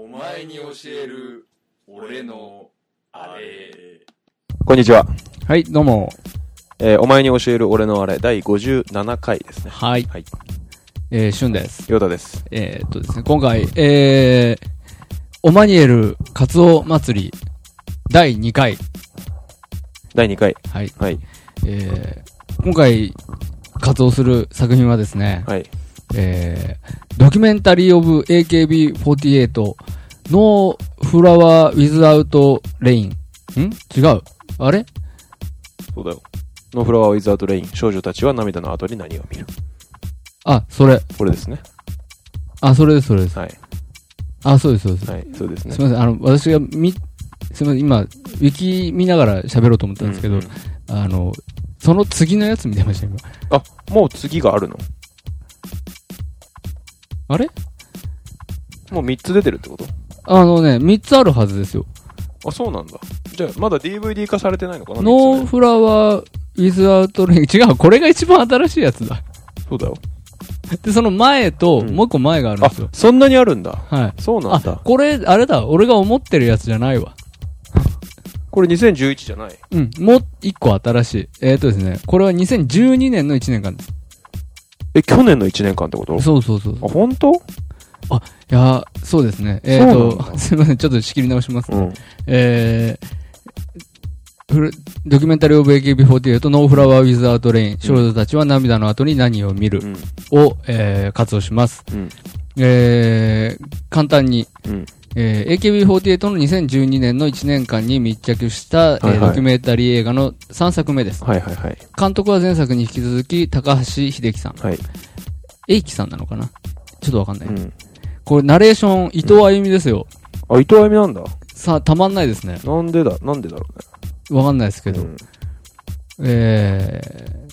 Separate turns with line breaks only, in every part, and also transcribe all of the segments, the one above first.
教える俺のあれ
こんにちは。
はい、どうも。
えーお前に教える俺のあれ、第57回ですね。
はい。
はい。
えー、しゅんです。
ヨタです。
えー、っとですね、今回、えー、オマニエルカツオ祭り第2回。
第2回。
はい。
はい。
えー、今回、活動する作品はですね、
はい。
えー、ドキュメンタリー・オブ・ AKB48 ノー・フラワー・ウィズ・アウト・レイン。ん違う。あれ
そうだよ。ノーフラワーウィズアウトレイン、少女たちは涙の後に何を見る。
あ、それ。
これですね。
あ、それです、それです。
はい。
あ、そうです、そうです。
はい。そうですね。
すみません、あの、私がみ、すみません、今、ウィキ見ながら喋ろうと思ったんですけど、
うんうん
あの、その次のやつ見てました、今。
あ、もう次があるの
あれ
もう3つ出てるってこと
あのね、3つあるはずですよ。
あ、そうなんだ。じゃあ、まだ DVD 化されてないのかな
ノー
三つ
フラワー、ウィズアウトレイン。違う、これが一番新しいやつだ。
目そうだよ。
で、その前と、
うん
もう一個前があるん
あ
ですよ、。
そんなにあるんだ。
はい。
そうなん
あ
だ、。
これ、あれだ、俺が思ってるやつじゃないわ。
これ2011じゃない。
うん、もう一個新しい。えっ、ー、とですね、これは2012年の1年間です。
え、去年の1年間ってこと
そうそうそう。
あ、本当
いやー、そうですね。えっ、
そうなん
と、 すみません、ちょっと仕切り直します。
うん。
えーフルドキュメンタリー・オブ・ AKB48 ノーフラワー・ウィズ・アウト・レイン、少女たちは涙の後に何を見る
うん。
を、えー活動します。
うん。
えー簡単に、
うん。
えー AKB48 の2012年の1年間に密着した、えー
はいはい
ドキュメンタリー映画の3作目です。
はいはいはい。
監督は前作に引き続き高橋秀樹さん。
はい。
英樹さんなのかなちょっとわかんない。
うん。
これ、ナレーション、伊藤あゆみですよ。
あ、伊藤あゆみなんだ。
さあ、たまんないですね。
なんでだ、なんでだろ
わかんないですけ
うね。
ど。えー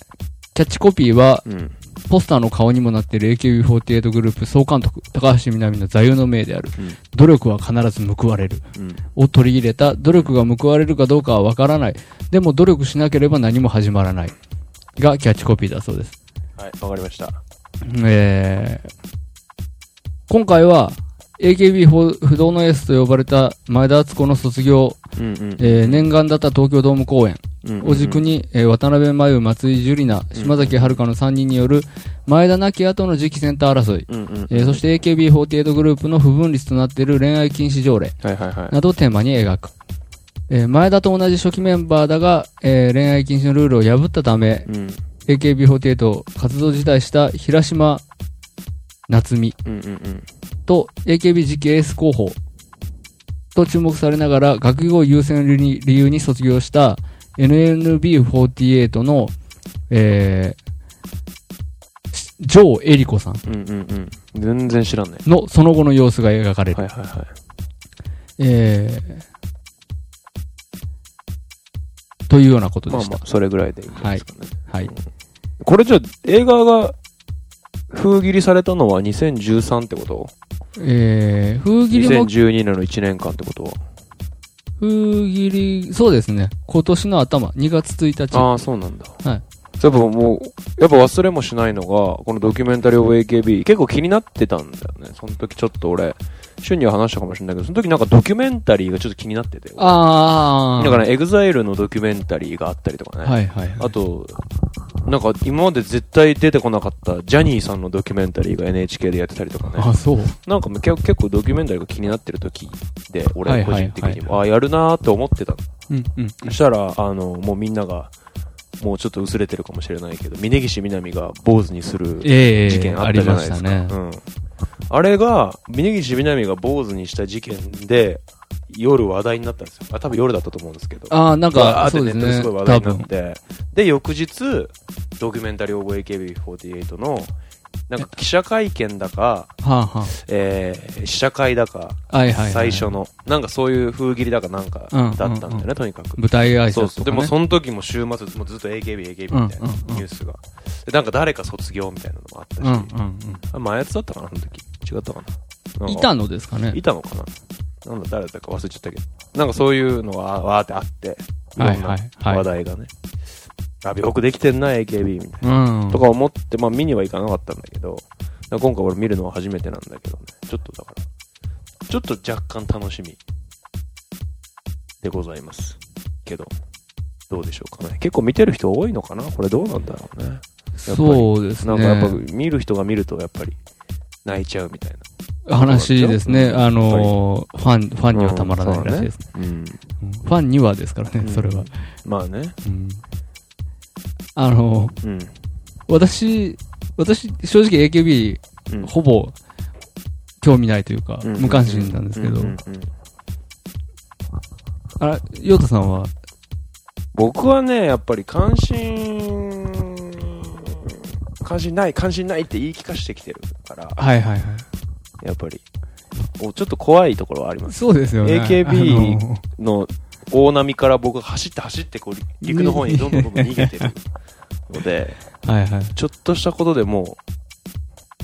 キャッチコピーは、
うん。うん。
ポスターの顔にもなっている AKB48 グループ総監督、高橋みなみの座右の銘である、
うん
努力は必ず報われる、
うん。
を取り入れた、努力が報われるかどうかはわからない、でも努力しなければ何も始まらない、がキャッチコピーだそうです。
はい、わかりました。
えー今回は、AKB 不動のエースと呼ばれた前田敦子の卒業、
うんうん
えー念願だった東京ドーム公演、
うん
を軸に、えー渡辺真由、松井樹里奈、島崎遥香の3人による前田亡き後の次期センター争い、
うんうん。
えーそして AKB48 グループの不分率となっている恋愛禁止条例
はいはいはい。
などをテーマに描く。えー前田と同じ初期メンバーだが、えー恋愛禁止のルールを破ったため、
うん。
AKB48 を活動辞退した平島夏美
うんうんうん。
と AKB 次期エース候補と注目されながら学業を優先理に理由に卒業した NNB48 の、えーしジョー・エリコさん
うんうんうん。全然知らんね。
のその後の様子が描かれる。
はいはいはい。
えーというようなこと
ま
で
あ
した。
まあ、それぐらいでいいんじゃないですかね。
はい。
これじゃあ、映画が、封切りされたのは2013ってこと
えー、風切りも、
?2012 年の1年間ってこと
風切り、そうですね。今年の頭、2月1日。
ああ、そうなんだ。
はい。
やっぱもう、やっぱ忘れもしないのが、このドキュメンタリー・オブ・ AKB、結構気になってたんだよね。その時ちょっと俺、瞬には話したかもしれないけど、その時なんかドキュメンタリーがちょっと気になってて。
あー。
だから、ね、エグザイルのドキュメンタリーがあったりとかね。
はいはい。
あと、なんか今まで絶対出てこなかったジャニーさんのドキュメンタリーが NHK でやってたりとかね。
あ、そう。
なんか結構結構ドキュメンタリーが気になってる時で、
は
俺
いは
個
いはい
人的にも、ああ、やるなーって思ってたの
うんうん。
そしたら、あの、もうみんなが、もうちょっと薄れてるかもしれないけど、峯岸みなみが坊主にする
ええ
事件あったじゃないですか。
ありましたね。
うん。あれが、峯岸みなみが坊主にした事件で、夜話題になったんですよ。あ、多分夜だったと思うんですけど。
ああ、なん
わー
か、
っ
そ
てネ
うで
ットです
すね
ごい話。題
多
になっ
分。
て。で、翌日、ドキュメンタリー応募 AKB48 の、なんか記者会見だか、
はあ、は
えー、試写会だか、
あ、はいはいはい。
最初。の、なんかそういう風切りだかなんかだったんだよね、
うんうん
とにかく。
舞台挨拶とか、ね。
そうそうでもその時も週末もうずっと AKB、AKB みたいな
うんうんうん
ニュースが。で、なんか誰か卒業みたいなのもあったし。
うんうん
あ前やつだったかな、その時。違ったかな。
う。
なんん
い
か
たのですかね
い。たのかななんだ、誰だったか忘れちゃったけど。なんかそういうのがわーってあって、
はい
ろんな
はいはい
話題がね。あ、よくできてんな、AKB みたいな。
うん。
とか思って、まあ見には行かなかったんだけど、だから今回俺見るのは初めてなんだけどね。ちょっとだから、ちょっと若干楽しみでございますけどどうでしょうかね結構見てる人多いのかなこれどうなんだろうね
そうです
な
ね。
んかやっぱ見る人が見るとやっぱり泣いちゃうみたい
話ですね。
うん
あのー、ファン、ファンにはたまらないらしいです。
な、うん、
うんファンにはですから
う
ね、
ん
それは。
まあね
うんあのー、
うん
私、私、正直 AKB、
うん
ほぼ、興味ないというか、
うん
無関心なんですけど
うんう、んうん
あら、ヨタさんは、
僕はねやっぱり関心関心ない関心ないって言い聞かしてきてるから
はいはいは
やっぱりおちょっと怖いところはありま
い。
す
そうですよね。
AKB
あのー
の大波から僕が走って走ってこう陸の方にどんどんどんどん逃げてるので
はいはい。
ちょっとしたことでも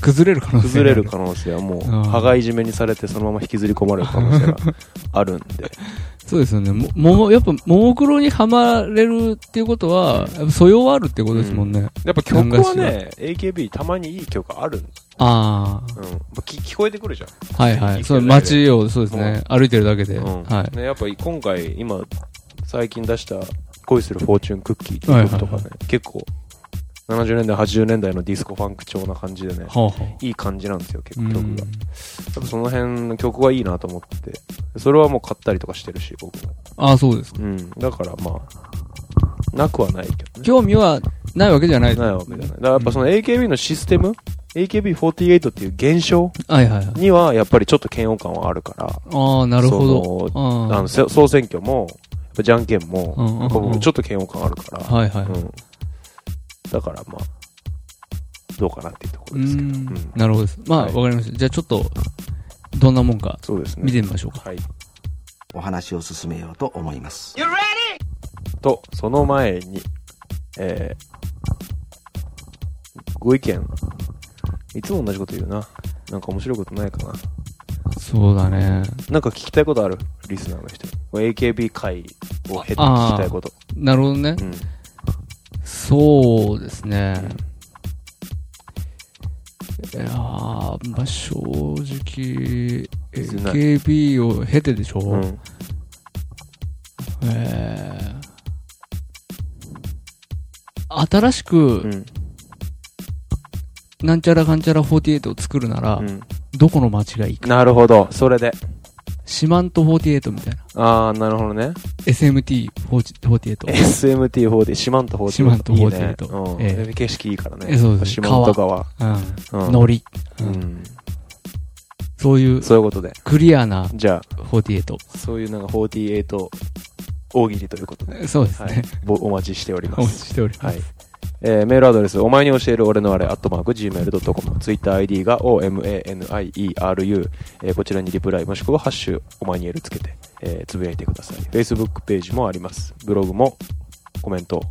崩れる可
う
能性
崩れる可能性はもう
うん
羽がいじめにされてそのまま引きずり込まれる可能性があるんで
そうですよね。も、もも、やっぱ、ももクロにはまれるっていうことは、やっぱ素養はあるってことですもんね。
やっぱ曲はね AKB たまにいい曲あるんです
あ
うん、聞聞こえてくるじゃん
あ。はいはい。そう、街を、そうですね。歩いてるだけで。
うん
はい。
ね、やっぱり今回今最近出した「恋するフォーチュンクッキー」っていう曲とかね、
はいはい
結構70年代80年代のディスコファンク調な感じでね
ほうほう。
いい感じなんですよ結
う
構曲
ん
が、やっぱその辺の曲がいいなと思ってそれはもう買ったりとかしてるし僕も
ああ、そうですか。
うんだからまあなくはないけどね
興味はないわけじゃない。
ないわけじゃないだからやっぱその AKB のシステム AKB48 っていう現象
はいはいはい。
にはやっぱりちょっと嫌悪感はあるから
ああ、なるほど。
そ
あ
あ
あ
のせ総選挙も、やっぱじゃんけんも、
うんうんうん
やっぱ僕ちょっと嫌悪感あるから、
はいはい。
うん、だからまあ、どうかなっていうとこ
う
ろですけど、
ん
うん
なるほどです。まあ、わ
はい
かりました。じゃあちょっと、どんなもんか、
そうですね。
見てみましょうか。
はい。
お話を進めようと思います。
と、その前に、えー、ご意見、いつも同じこと言うな。なんか面白いことないかな。
そうだね。
なんか聞きたいことあるリスナーの人に。AKB 会を経て聞きたいこと。
なるほどね
う。ん。
そうですね。いやー、まあ、正直、
切ない
AKB を経てでしょ、
うん。
えー新しく、
うん。
なんちゃらかんちゃら48を作るなら、
うん。
どこの街がいいか。
なるほど。それで。
四万十48みたいな。
あー、なるほどね。
SMT48。
SMT40、四万十40。
四万十
いい
40
ね
と
うん
え
景色いいから
え
ね。
そうです
四万十川。
う。
うんん
ノリ。
う
うん
ん。
そういう
そういうことで。
クリアな
じゃ
48。
あ、そういうなんか48大喜利ということで。
そうです
はい
ね。。
ぼお待ちしており
お
ま
待
す。
ちしておりま
はい
す。。
えー、メールアドレス、お前に教える俺のあれ、アットマーク、gmail.com、ツイッター ID が omaniERU、えーこちらにリプライもしくはハッシュ、お前にエルつけて、えーつぶやいてください。Facebook ページもあります。ブログもコメントを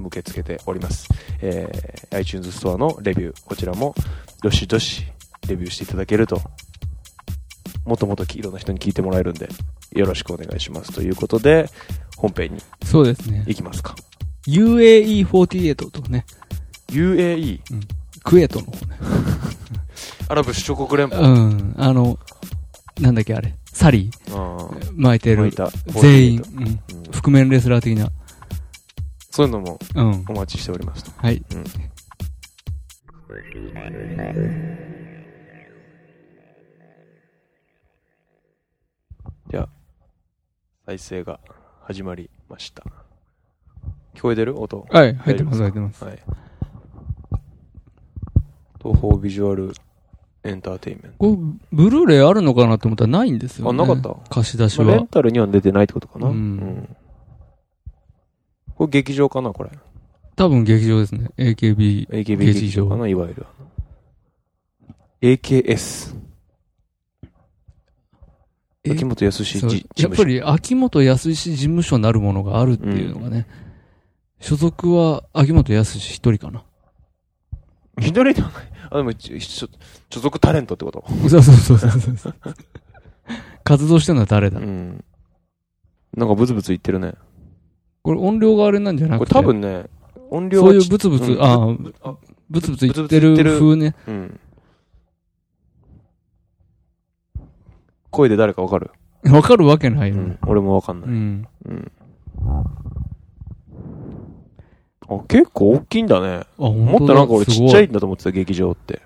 受け付けております。えー iTunes ストアのレビュー、こちらも、どしどし、レビューしていただけると、もっともっといろんな人に聞いてもらえるんで、よろしくお願いします。ということで、本編に
そうですね。
行きますか。
UAE48 とかね、
UAE、
クエートの方ね。
アラブ首長国連邦
うん。あの、なんだっけあれ、サリ
ああ
ー巻いて
巻
る
い。た
全員
48、
うん。
うん
覆面レスラー的な。
そういうのも
うん
お。待ちしておりますと
はい。
うんじゃあ再生が始まりました聞こえてる音
はい、入ってます、入ってます。
はい東方ビジュアルエンターテインメン
これ、ブルーレイあるのかなと思ったらないんですよ、ね。
あなかった
貸し出し
ト、まあレ
は
ン。タルには出てないってことかな、
うん
うんこれ劇場かなこれ
多分劇場ですね。AKB。
AKB 劇
劇
場
場
かないわゆる。AKS。
え
秋元康事
そう
事
やっ
務
ぱ
所。
り、秋元康事務所なるものがあるっていうのがね。所属は、秋元康一人かな。
左ではない。あ、でも、ちちょ所属タレントってこと。
そうそうそうそうそう。 活動してるのは誰だ、
うん。なんかブツブツ言ってるね。
これ音量があれなんじゃな
これ
くて。
多分ね、音量
そう
は
いう
ち
ブツブツ、
うん
あー
あ
ブツブツ言ってる
ブツブツ言ってる
風ね。
うん。声で誰かわかる、
わかるわけないうよ。
ん、俺もわかんな
う
い、
ん。
うんあ結構大きいんだね
あ、本
もっと
当だ
なんか俺
す
ち
ご
っちゃいんだと思ってた劇場って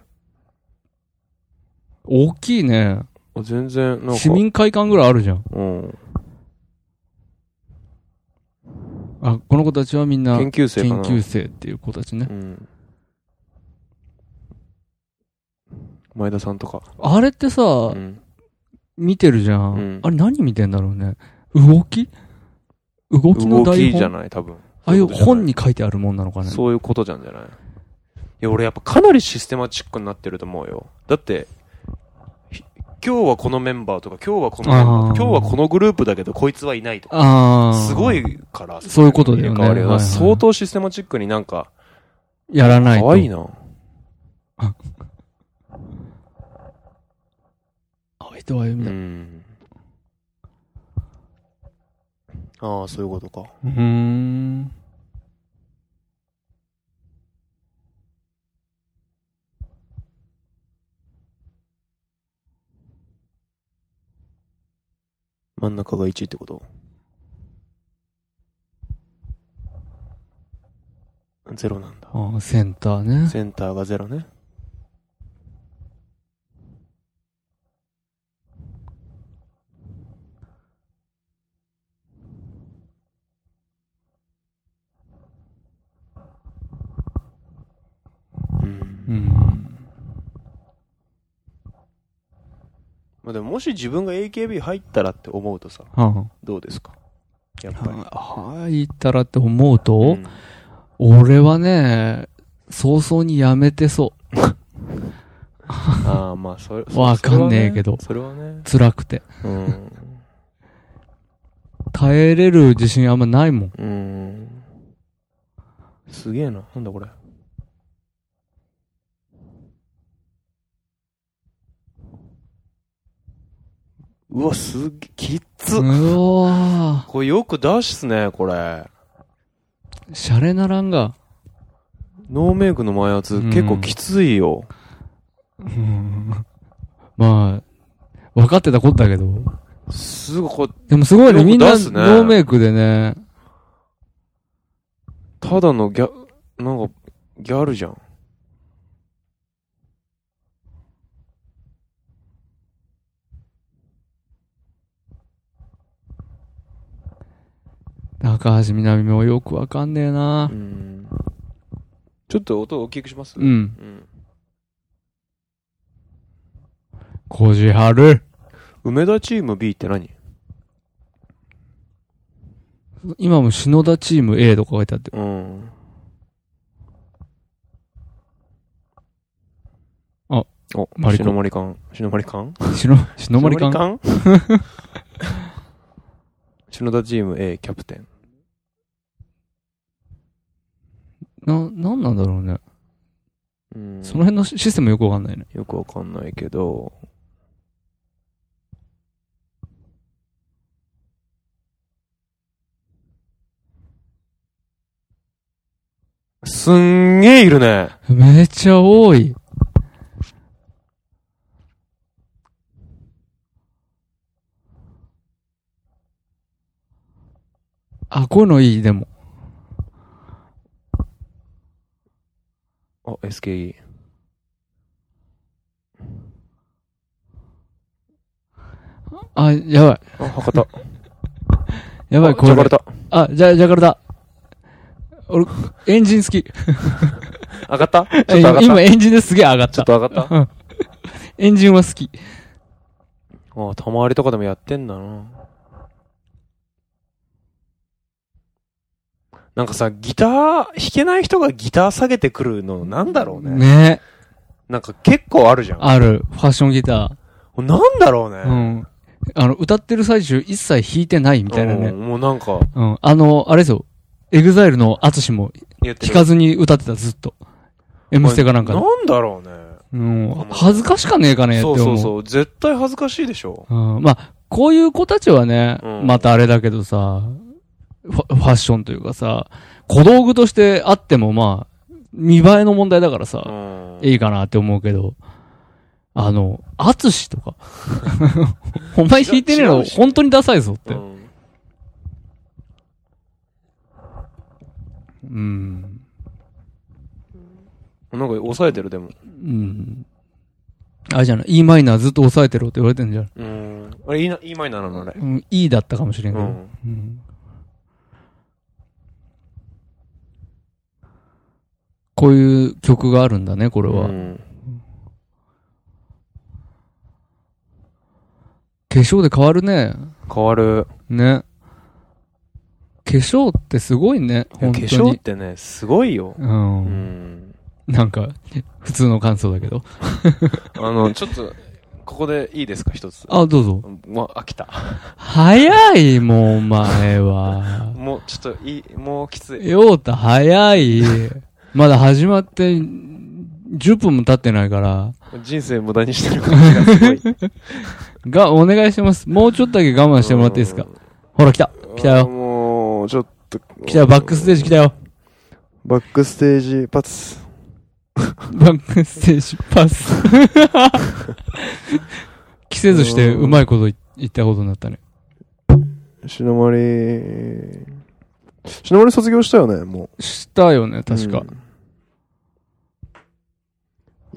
大きいね。
あ全然なんか
市民会館ぐらいあるじゃん。
うん、
あ、この子たちはみんな
研
研
究生かな
究生っていう子たちね
う。ん、前田さんとか、
あれってさ、
うん
見てるじゃん,、
うん
あれ何見てんだろうね。動き動きの
動
台
きじゃ
本
ない多分
ああいう
そういうことじゃない
本に書いてあるもんなのかね。
そういうことじゃんじゃないいや、俺やっぱかなりシステマチックになってると思うよ。だって、ひ今日はこのメンバーとか、今日はこのメンバー
あ
今
ー
日はこのグループだけど、こいつはいないとか、
ああ。
すご。いから、
そういうことだよね
入れ替わりが
はいはい
相当システマチックになんか、
やらないと。
可愛いな。
可愛いとは
う
みたいな。
ん。ああ、そういうことか。
うーん。
真ん中が1ってことゼロなんだ。
ああ、センターね。
センターがゼロね。うん
うん。
まあ、でももし自分が AKB 入ったらって思うとさ
は
どうですかやっ
あ、
ぱり、
はあ、いたらって思うと、
うん
俺はね、早々にやめてそ
ああまあそれそ
わかんねえけど
それはね
う。辛くて。
それはね
耐えれる自信あんまないもん。
うんうんすげえななんだこれうわすげえきっつ、
うわ
これよく出すねこれ
ーシャレならんが。
ノーメイクの前圧、結構きついよ
まあ、分かってたことだけど。
すごいこれ
でもすごいね、
よく
みんな、ノ
出すね
ーメイクでね。
ただのギャ、なんか、ギャルじゃん。
高橋みなみもよくわかんねえな。
ちょっと音大きくします
うん。
うん
小路春。
梅田チーム B って何
今も篠田チーム A とか書いてあって。
うん。
あ、
お、
マリ
シ
コ
ノマリカン。シノマリカン
篠、篠森
シノ
か
マリカン 篠田チーム A キャプテン。
な、なんなんだろうね。
うん
その辺のシシステムよくわかんないね。
よくわかんないけど。すんげえいるね。
めっちゃ多い。あ、こういうのいい、でも。
あ、SKE。
あ、やばい。
あ、博多。
やば
あ
い、これ
ジャカ。ルタ。
あ、じゃ、ジャカルタ。俺、エンジン好き。
上がったちょっと上がった。
今今エンジンですげえ上がっ。
ちょったと 上がった。
エンジンは好き。
あ、玉割りとかでもやってんだな。なんかさ、ギター、弾けない人がギター下げてくるの、なんだろうね。
ね
なんか結構あるじゃん。
ある。ファッションギタ
なんだろうね。
ー。うん。あの、歌ってる最中一切弾いてないみたいな
う
ね。
んもうなんか、
うん。あの、あれですよ。エグザイルのアツシも
言って
弾かずに歌ってた、ずっと。M ステかなんかで。
なんだろうね。
うん。恥ずかしかねえかねって
そ
思
うそ
う。
うそう。絶対恥ずかしいでしょ。
うん。まあ、こういう子たちはね、
うん
またあれだけどさ、ファファッションというかさ、小道具としてあってもまあ、見栄えの問題だからさ、
うん。
いいかなって思うけど、あの、アツシとか。 お前弾いてねえ
違
の
うし
本当にダサいぞって。
うん
うん。
なんか抑えてるでも。
うん。あれじゃない、E マイナーずっと押さえてろって言われてんじゃん。
うん。あれ、いいな、いいマイナーなのあれ。
うん、E だったかもしれんけ
う
ど。
ん。
うんこういう曲があるんだね、これは。化
うん
粧で変わるね。
変わる。
ね。化粧ってすごいね、
いや
本
化
当
粧っ
に。
てね、すごいよ。
う。
うんん。
なんか、普通の感想だけど。
あの、ちょっと、ここでいいですか、一つ。
あ、どうぞ。
まあ、飽きた。
早い、もうお前は。
もう、ちょっと、いい、もうきつい。
ようた早い。まだ始まって10分も経ってないから。
人生無駄にしてる感じがすごい。
が、お願いします。もうちょっとだけ我慢してもらっていいですか。ほら、来た。
うん。
来た
あー
よ。
もう、ちょっと。
来たよ。バックステージ来たよ。
バックステージパス。
バックステージパス。 着せずしてうまいこと言ったことになったね。
しのまり、しのまり卒業したよね、も
したよね、
う。
確か。
うん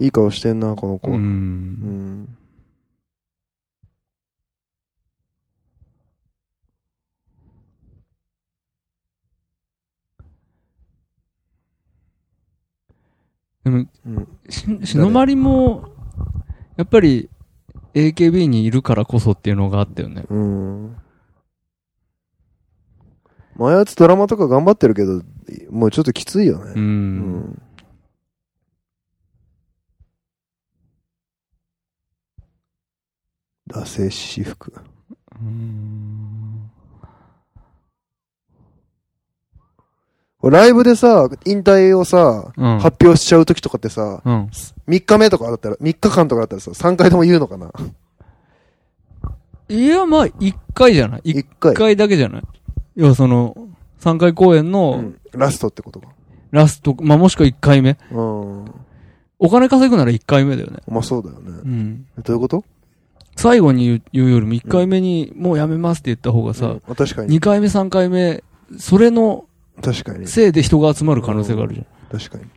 いい顔してんな、この子。
う。
うんん
でも、
うん
し、しのまりも、やっぱり、AKB にいるからこそっていうのがあったよね。
うん。まあ、あやつドラマとか頑張ってるけど、もうちょっときついよ
う。
ね。うん惰性私服。
うん
ライブでさ、引退をさ、
うん。
発表しちゃう時とかってさ、
うん。
3日目とかだったら、3日間とかだったらさ、3回とも言うのかな。
いや、まあ、一回じゃない一
1回。
回だけじゃないいや、その、三回公演
う
の
んラストってことか。
ラスト、まあ、もしくは一回目。
うん。
お金稼ぐなら一回目だよね。
まあそうだよね。
うん。
どういうこと
最後に言う言うよりも一回目にもうやめますって言った方が
う
さ
ん、あ確かに。
二回目三回目、それの
確かに。
せいで人が集まる可能性があるじゃん。
確かに。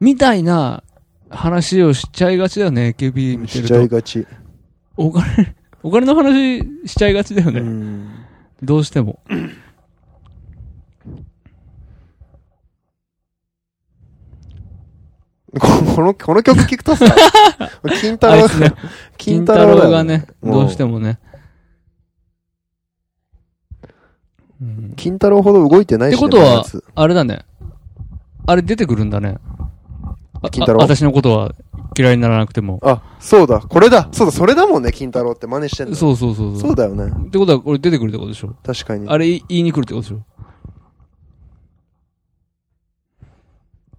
みたいな話をしちゃいがちだよね、AKB 見て
しちゃい
ると。
がち。
お金、お金の話しちゃいがちだよ
う
ね。
ん。
どうしても。
ここの、この曲聴くと さ、金太
あ
郎
いつね、金
金
太
太郎だよ
郎がね、どうして
も
もね。うん
う。金太郎ほど動いてないし、ね、
ってことは
あいつ
あれだね。あれ出てくるんだね。あ
金太郎
あ私のことは嫌いにならなくても。
あ、そうだ、これだ、そうだ、それだもんね、金太郎って真似してんの。
そうそうそう。
そうだよね。
ってことは、これ出てくるってことでしょ
確かに。
あれい言いに来るってことでしょ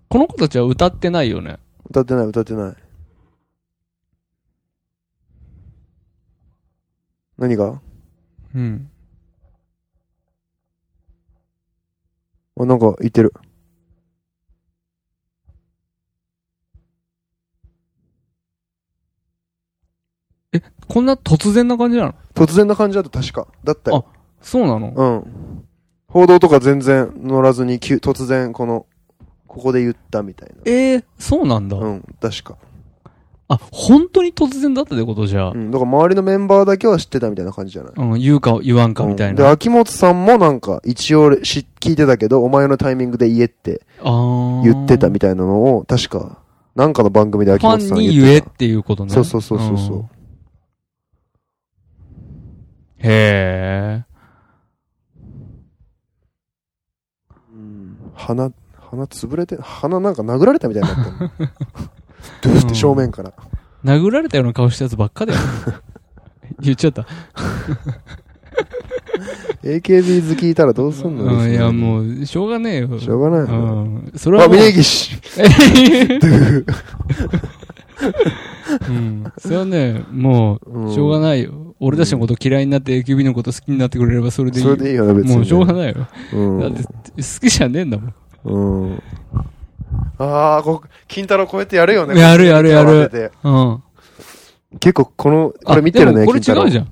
この子たちは歌ってないよね。
歌ってない、歌ってない。何が
うん。
あ、なんか言ってる。
こんな突然な感じなの
突然な感じだと確か。だったよ。
そうなの
うん。報道とか全然乗らずに、急突然、この、ここで言ったみたいな。
ええそうなんだ、
うん、確か。
あ、本当に突然だったってことじゃあ
う。ん、だから周りのメンバーだけは知ってたみたいな感じじゃない
うん、言うか言わんかみたい
で、
な。あ
秋元さんもなんか、一応し聞いてたけど、お前のタイミングで言えって
あ
言ってた
み
みたいなのを、確か、なんかの番組で秋
ファ
元さ
ン
ん
に
言
言え
っ
ってていうこと
た。
ね。
そうそうそうそうそう
うん。へえ。
鼻、鼻潰れて、鼻なんか殴られたみたいになったの。 ドゥーって正面から。
殴られたような顔したやつばっか だよ。言っちゃった。
AKB 好きいたらどうすんの
うん、いや、も
う。
う、しょうがねえよ。
しょうがないよね。
うん。それは
あ、
もう、
峯岸。
うん。それはね、もう、しょうがないよ。俺たちのこと嫌いになって AKB のこと好きになってくれればそれでいい
そ
よ。
れでいいよね、別に。
もうしょうがないよ。
うん
だって、好きじゃねえんだもん。
うん。ああ、こ金太郎こうやってやるよね。
やるやるやる
こうやって慌てて
うん。
結構この、
あ
これ見てるね、
でもこれ
金太郎
違うじゃん。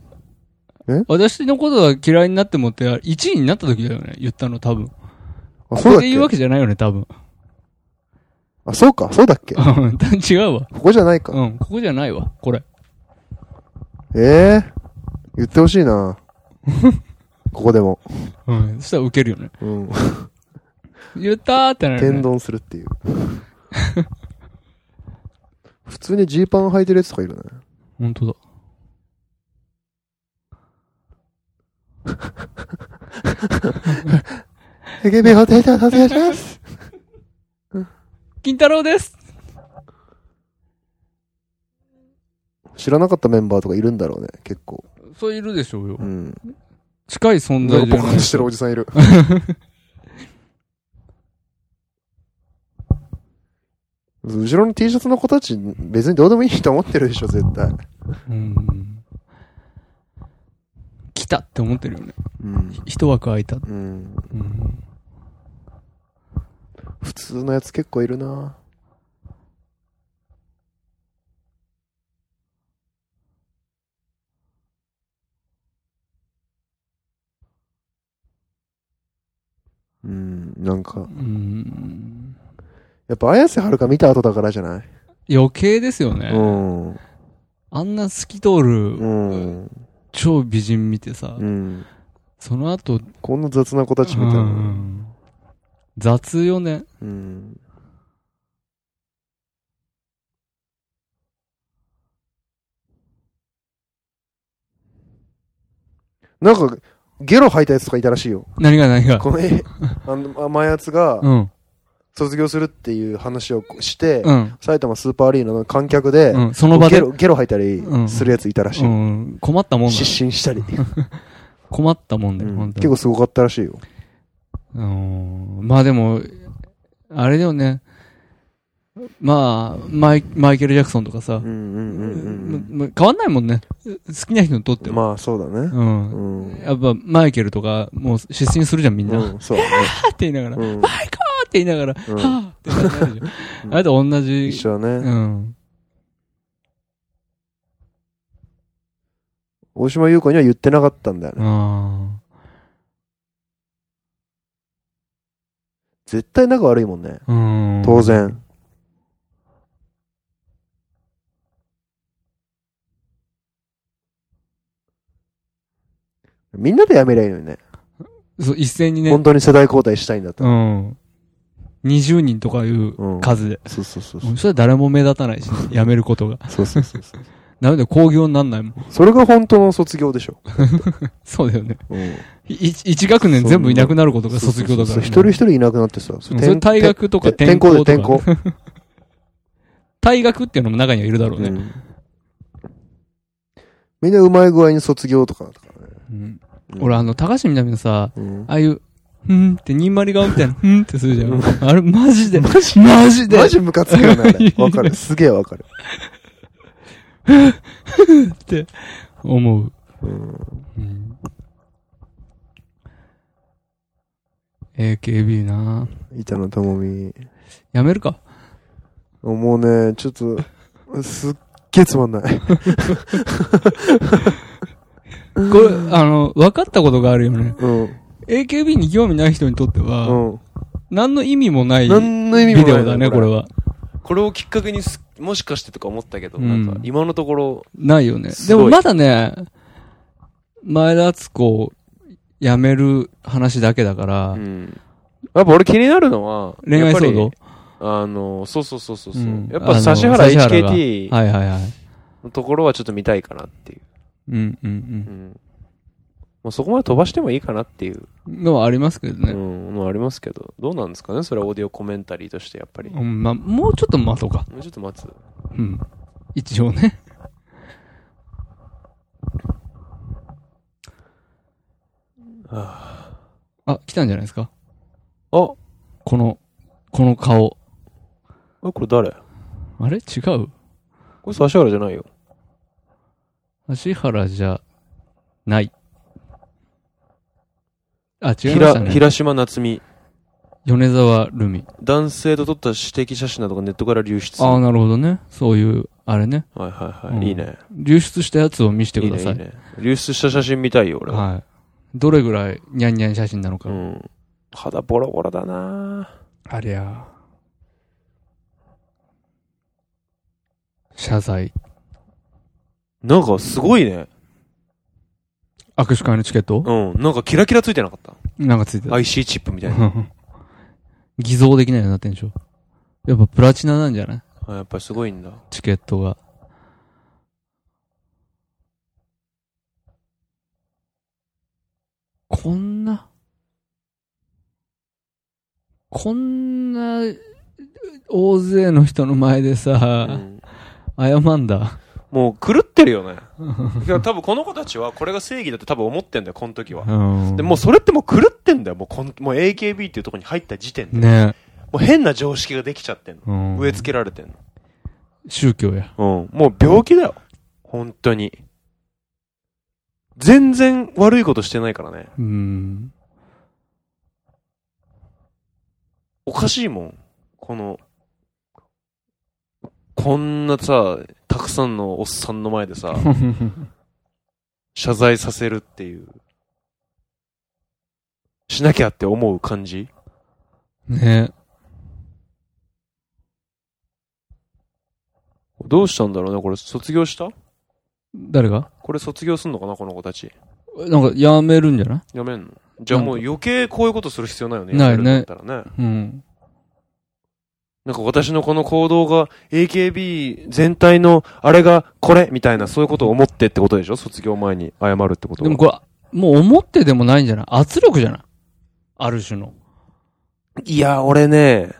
え
私のことが嫌いになってもって、1位になった時だよね、言ったの多分。
あ、
こ
そうだ
れ
っ
で言うわ
け
けじゃないよね、多分。
あ、そうか、そうだっけこ
うん、 違うわ。
こじゃないか。
うん、ここじゃないわ、これ。
ええ言ってほしいなここでも。
うん、そしたらウケるよね。
うん。
言ったーってなるよ
天
ね。
丼するっていう。 普通にジーパン履いてるやつとかいるね。
本当だ。
ヘゲベホテイタお願いします。
金太郎です
知らなかったメンバーとかいるんだろうね、結構。
そういるでしょうよ
う。ん。
近い存
な
在
ん
じ
か
ゃ
ポ
な
カ
い
ンとしてるおじさんいる。後ろの T シャツの子たち、別にどうでもいいと思ってるでしょ、絶対。
うん。来たって思ってるよね。
うん。
一枠空いた。
うん。
うん。
普通のやつ結構いるなうん、なんか、
うん。
やっぱ綾瀬はるか見た後だからじゃない
余計ですよね。
うん。
あんな透き通
う
る
ん。
超美人見てさ、
うん。
その後、
こんな雑な子たちみたいうな。
ん雑よね。
うん。なんか、ゲロ吐いたやつとかいたらしいよ。
何が何が。
この えあの甘いやつが
うん。
卒業するっていう話をして、
うん。
埼玉スーパーアリーナの観客で、
うん。その場
ゲ
で。
ロゲロ吐いたり
うん
するやついたらしい。
うん。困ったもんだ。
失神したり、
困ったもんだ
う
よ、
ん
本 当
結
に
構すごかったらしいよ。
うん。まあでも、あれだよね。まあ、マイマイケル・ジャクソンとかさ
う、んうんうん
まま変わんないもんね。好きな人にとって
うん。
は。
まあそうだね。
うん
う。ん。
やっぱ、マイケルとか、もう、失神するじゃん、みんな。
う
は
ん、そうだね。
ぁって言いながら、はぁっ
うん
て言いながら、
うん
はぁってなるじゃ
うん
ん。あれと同じ。
一緒だね。
うん。
大島優子には言ってなかったんだよね。
あ
絶対仲悪いもんね。
あ。うん。
当。然。みんなでやめりゃいいのにね。
そう、一斉にね。
本当に世代交代したいんだった
う
ら。
ん。20人とかいう
うん
数で。
そうそうそうそ
も
う
う。それは誰も目立 たないし、やめることが。
そうそうそうそう。
ダメだよ、興行になんないもん。
それが本当の卒業でしょ。
そうだよね。
うん
い一一学年全部いなくなることが卒業
そう
だから
そ
ね。
うそう一人一人いなくなってさ。
うんそれ退学とか
転
転校
校
とか。
で転校。
退学っていうのも中にはいるだろう
う
ね。
んみんなうまい具合に卒業とかだからね。
うん
うん
俺、あの、高橋みなみのさ、
うん
ああいう、うんって、にんまり顔みたいな、うんってするじゃ
うん
ん。あれ、マジで。マジで。
マジムカつくよね、あれ。わか る。すげえわかる。
思う。
うん。
うん、AKB な
板野友美。
やめるか。
もうね、ちょっと、すっげえつまんない。
これ、あの、分かったことがあるよね。
うん。
AKB に興味ない人にとっては、
うん。
何の意味もない
何の意味も
ビ
ない
デオだね、これ。は。
これをきっかけにすもしかしてとか思ったけど、
うん
なんか今のところ、
ないよね。
す
で
ごい
もまだね、前田敦子を辞める話だけだから、
うんやっぱ俺気になるのは、
恋
や
愛
っ
騒
ぱ
動
りあの、そうそうそうそうそう、
うん
やっ
あ
ぱ
の
指原
指原が
HKT
はいはいはい。
のところはちょっと見たいかなっていう。
うんう
うんんもうそこまで飛ばしてもいいかなっていう、
うん。のはありますけど
う
ね。
ん、のはありますけど、どうなんですかねそれはオーディオコメンタリーとしてやっぱり。
う
も
ん、まあ、もうちょっと待とうか。
うちょっと待つ。
うん。一応ね。あ、来たんじゃないですか
あ、あ
この、この顔。
これ誰
あれ違う
これ指原じゃないよ。
足原じゃない。あ、違いまし
平
たね。
平島夏美。
米沢ルミ。
男性と撮った私的写真などがネットから流出。
ああ、
はい
なるほどね。そういう、あれね。
はいはい、
うん
いいね。
流出したやつを見せて
いい
くだ
ね、いい
さい。
ね。流出した写真見たいよ、俺は。
はい。どれぐらい、にゃんにゃん写真なのか。
うん。肌ボロボロだな
ありゃ謝罪。
なんかすごいね。
握手会のチケット、
うん。なんかキラキラついてなかった。
なんかついてた。
IC チップみたいな。
偽造できないようになってんでしょ。やっぱプラチナなんじゃない
あやっぱりすごいんだ。
チケットが。こんな、こんな、大勢の人の前で
う
さ、
ん、
謝んだ。
もう狂ってるよ ね。いや多分この子たちはこれが正義だって多分思ってんだよ、この時は。
うん
でもうそれってもう狂ってんだよ、もうこんもう AKB っていうところに入った時点で。
ね
もう変な常識ができちゃってんの。
うん
植え付けられてん
宗教や。
の。うん。もう病気だよ。本当に。全然悪いことしてないからね。
うん。
おかしいもん。この、こんなさ、たくさんのおっさんの前で さ、謝罪させるっていう。しなきゃって思う感じ
ね
どうしたんだろうねこれ卒業した
誰が
これ卒業すんのかなこの子たち。
なんか、やめるんじゃない
やめんのじゃあもう余計こういうことする必要ないよね。
な
や
いね
めるんだったらね。
うん。
なんか私のこの行動が AKB 全体のあれがこれみたいなそういうことを思ってってことでしょ卒業前に謝るってこと
で
は
もこれ、もう思ってでもないんじゃない圧力じゃないある種の。
いや、俺ね、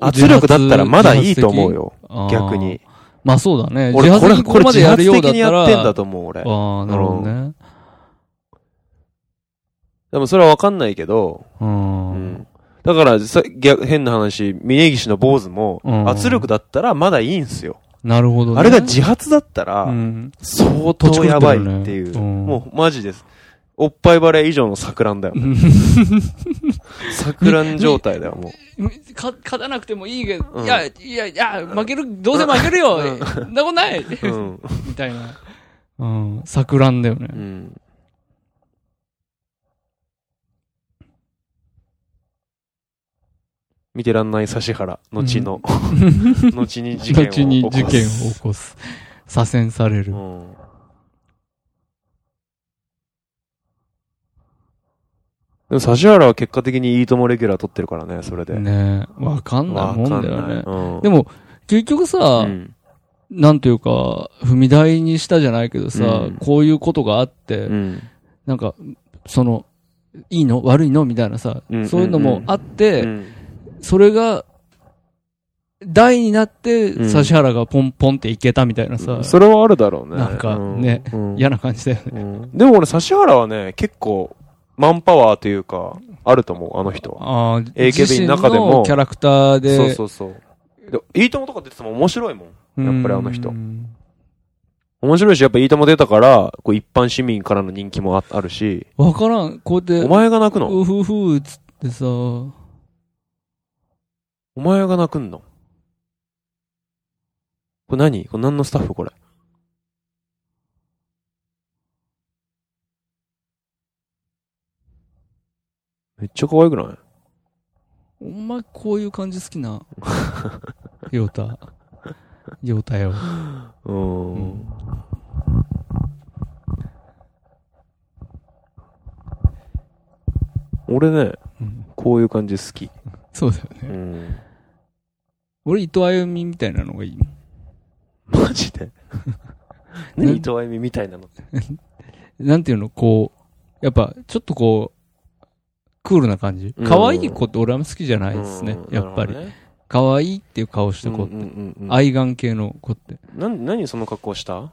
圧力だったらまだいいと思うよ。
あー
逆に。。
まあそうだね。
俺、
自
こ
発
れ、
的にこ
こ
こ
れ
まで
自
やる
発
ようだ
的
っ
に
たら。
やってんだと思う、俺。
ああ、なるほどね。
でもそれはわかんないけど、
う。
うんん。だから、さ、逆、変な話、峯岸の坊主も
うん、
圧力だったらまだいいんすよ。
なるほどね。
あれが自発だった
う
ら、
ん。
相当やばいってい
どっちかっていう
う。
とねうん
もう、マジです。おっぱいバレ以上の錯乱だ よ。錯乱状態だよ、もう。
か勝たなくてもいいけど、
うん
いや、いや、いや、負ける、どうせ負けるよ、
うん
そんなことない、
うん。
みたいな。うん、錯乱だよね。
うん。見てらんない指原、後の、 後に事件を起こす。
後に事件を起こす。左遷される。
うん。でも指原は結果的にいいともレギュラー取ってるからね、それで。
ねえ、わかんな
わ
いもん
か
だ
ん
よ
ない
ね。。
うん
でも、結局さ
う、ん
なんというか、踏み台にしたじゃないけどさ
うん、
こういうことがあって
う、ん。
なんか、その、いいの悪いのみたいなさ
うん、
そういうのもあっ
う
て、
ん
それが、台になって、
うん
指原がポンポンっていけたみたいなさ、
それはあるだろうね。
なんかね
うん、
嫌な感じだよね。
うんでも俺、指原はね、結構、マンパワーというか、あると思う、あの人は。
ああ、
AKB
自身
の中でも
のキャラクターで、
そうそうそう。でいいともとか出てても面白いもん。やっぱりあの人
うん
面白いし、やっぱいいとも出たから、こう一般市民からの人気もああるし、
わからん。こうやって、
お前が泣くの
うふふっつってさ、
お前が泣くんのこれ何これ何のスタッフこれ。めっちゃ可愛くない
お前こういう感じ好 きな。ヨタ。ヨタよ。
うん
うん
俺ね、
うん
こういう感じ好き。
そうだよね。
うん。
俺、伊藤あゆみみたいなのがいい。
マジで
ね
何伊藤あゆみみたいなの。
なんていうの、こう、やっぱ、ちょっとこう、クールな感じ
う。ん
可愛い子って俺は好きじゃないですね。
うん
やっぱり
な。る
可愛いっていう顔した
ほ
子
ど
っ
ねうん
て。
うんうんうん
愛眼系の子って。
なん、何その格好 した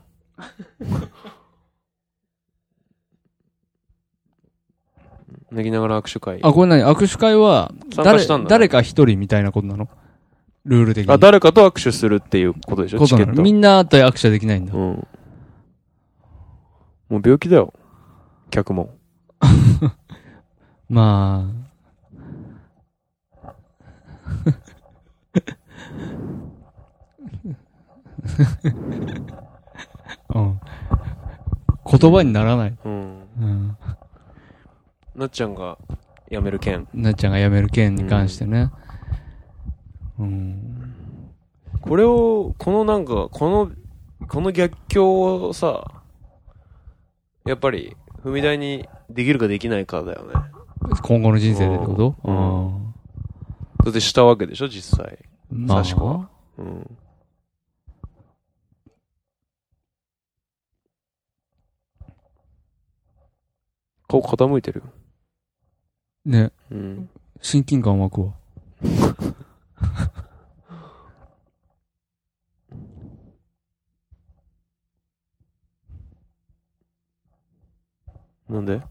泣きながら握手会。
あ、これ何握手会は、
参加
誰
したん、だ
誰か一人みたいなことなのルール的に。
あ、誰かと握手するっていうことでしょ
こと
チケ
な
ッ
の
ト。
みんなと握手はできないんだ
う。ん。もう病気だよ。客も。
まあ、うん。言葉にならない。
うん。
うん。
なっちゃんが辞める件、
なっちゃんが辞める件に関してね。うん。
これを、このなんか、この、この逆境をさ、やっぱり、踏み台にできるかできないかだよね。
今後の人生でってこと
う
うん。
だってしたわけでしょ、実際。
まあ
刺し子はうん。顔傾いてるよ。
ね、
うん。
親近感湧くわ。
なんで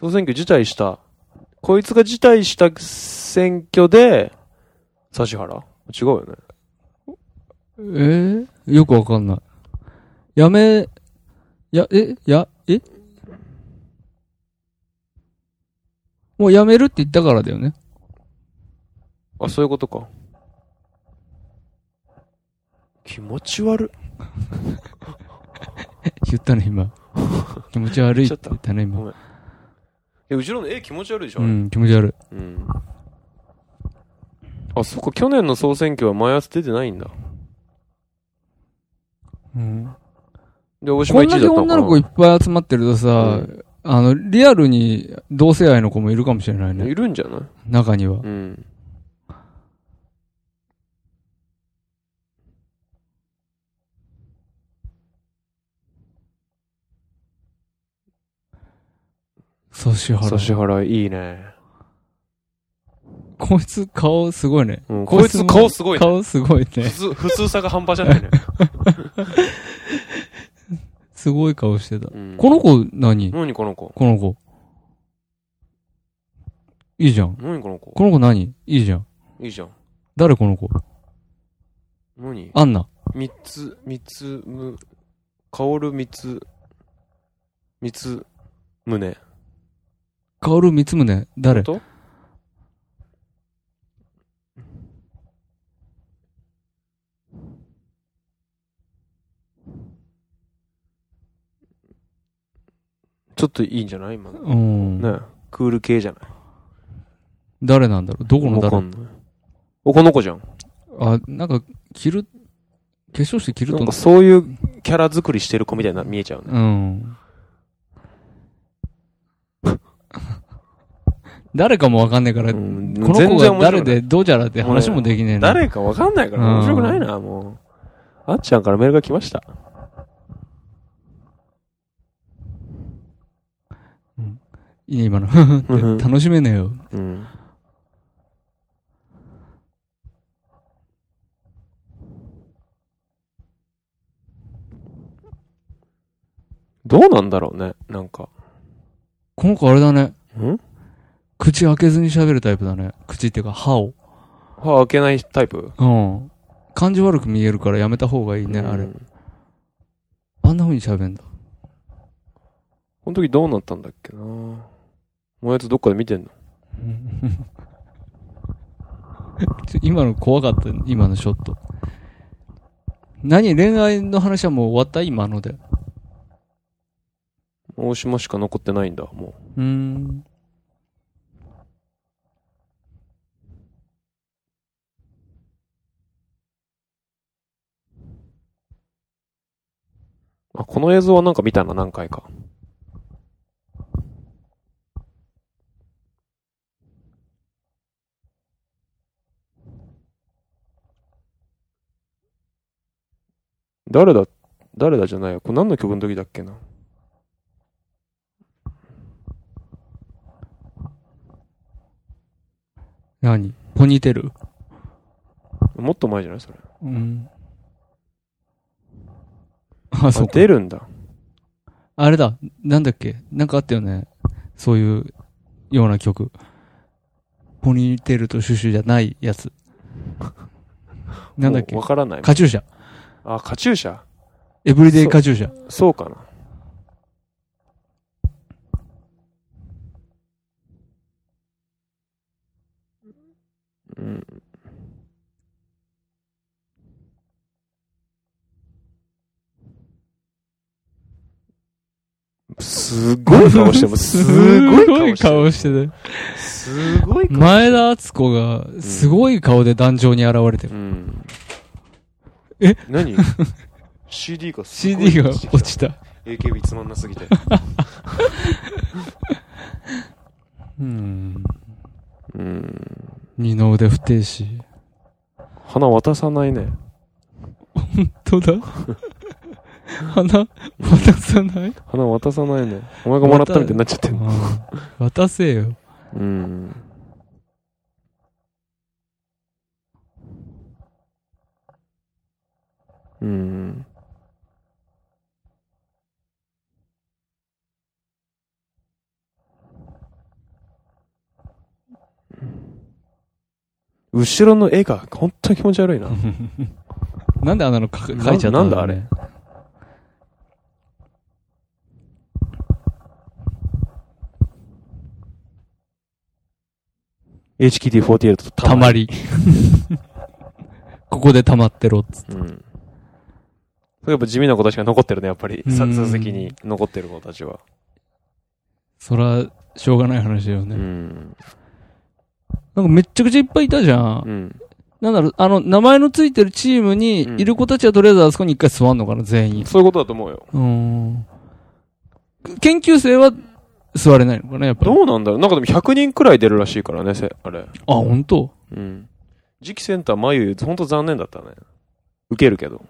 総選挙辞退した。こいつが辞退した選挙で、指原違うよね。
えー、よくわかんない。やめ、や、え、や、えもうやめるって言ったからだよね。
あ、そういうことか。気持ち悪い。
言ったね、 今。気持ち悪いって言ったね、
ご
今。
めん。え、後ろの絵気持ち悪いでしょ、
う
あれ
ん、気持ち悪い。
うん。あ、そっか、去年の総選挙は毎朝出てないんだ。
うん、
で、大島
こん
1位だ
だ
ったのか
け
な
女の子いっぱい集まってるとさ、
う
あの、リアルに同性愛の子もいるかもしれないね。
いるんじゃない
中には
う。ん。
指原。
指原いいね。
こいつ顔すごいね。
うん、こいつ顔すごいね。
顔すごい
普
ね。
通、普通さが半端じゃ ないね。
すごい顔してた。
うん
この子何
何この子
この子。いいじゃん。
何この子
この子何いいじゃん。
いいじゃん。
誰この子
何
アンナ。
三つ、三つ、む、薫三つ、三つ、胸。
カオル三つ胸。誰
とちょっといいんじゃない今の。
うん。
ねクール系じゃない
誰なんだろうどこの
わか
誰
んない。お、この子じゃん。
あ、なんか、着る、化粧して着る
な
と
んかそういうキャラ作りしてる子みたいな見えちゃうね。
うん。 誰かもわかんないから、
う
こ
ん
の子が誰で、どうじゃらって話もできねえな。
誰かわかんないから面白くないな、もう。あっちゃんからメールが来ました。
いいね、今の。 ふふって
うん
楽しめねえよ。
うん。どうなんだろうね、なんか。
この子あれだね。
ん
口開けずに喋るタイプだね。口っていうか、歯を。
歯開けないタイプ
うん。感じ悪く見えるからやめた方がいいね、
うん
あれ。あんな風に喋んだ。
この時どうなったんだっけなもうやつどっかで見てんの
ちょ今の怖かった、今のショット。何恋愛の話はもう終わった今ので。
大島しか残ってないんだ、も
うーん。
う。あ、この映像はなんか見たな、何回か。誰だ、誰だじゃないよ。これ何の曲の時だっけな。
何ポニーテール
もっと前じゃないそれ。
うん。あ、そ
あ
うか。
出るんだ。
あれだ。なんだっけなんかあったよね。そういうような曲。ポニーテールとシュシュじゃない やつ。なんだっけ
もうわからない。
カチューシャ。
あ、カチューシャ
エブリデイカチューシャ。
そうかな。
うん。
すごい顔しても、すごい顔して
顔して
すごい
て。前田敦子が、すごい顔で壇上に現れてる。
うん。
え
何 ?CD がすごい
CD が落ちた。
AKB つまんなすぎて。
うん。
うん。
二の腕不定し。
花渡さないね。
どうだ花、渡さない
花渡さないね。お前がもらったみたいになっちゃってる。
渡せよ。
うん。うん。
後ろの絵が本当に気持ち悪いな。
なんであんなのか書いちゃったの
なんだあれ。HKT48 と
たまり。ここで溜まってろっつって。
うん。それやっぱ地味な子たちが残ってるね、やっぱり。
うん
殺座席に残ってる子たちは。
そら、しょうがない話だよ
う
ね。
ん。
なんかめっちゃくちゃいっぱいいたじゃん。
うん。
なんだろう、あの、名前のついてるチームにいる子たちはとりあえずあそこに一回座んのかな、全員。
そういうことだと思うよ。
うん。研究生は座れないのかな、やっぱり。あ、
どうなんだろうなんかでも100人くらい出るらしいからね、せあれ。
本当
うん。次期センター、眉、ほんと残念だったね。受けるけど。